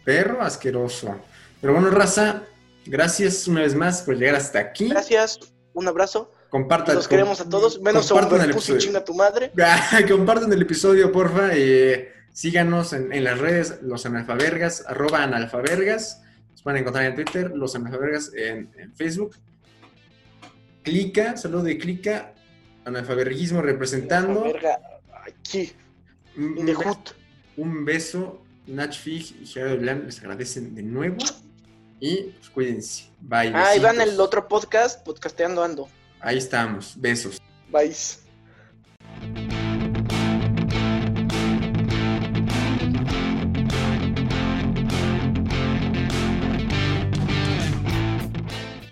Speaker 2: Perro asqueroso. Pero bueno, raza, gracias una vez más por llegar hasta aquí.
Speaker 1: Gracias, un abrazo.
Speaker 2: Compartan.
Speaker 1: Los queremos a todos, menos a
Speaker 2: compartan el
Speaker 1: un pussy
Speaker 2: episodio.
Speaker 1: chinga tu madre.
Speaker 2: <laughs> Compartan el episodio, porfa. eh, síganos en, en las redes, los analfabergas, arroba analfabergas. Nos pueden encontrar en Twitter, los analfabergas en, en Facebook. Clica, saludo de clica, analfabergismo representando.
Speaker 1: Ah, Verga, aquí,
Speaker 2: Un-
Speaker 1: in the hood.
Speaker 2: Un beso, Nach Fig y Gerardo Blan les agradecen de nuevo. Y pues, cuídense. Bye.
Speaker 1: Ah, y van
Speaker 2: besitos.
Speaker 1: el otro podcast, podcasteando ando.
Speaker 2: Ahí estamos. Besos.
Speaker 1: Bye.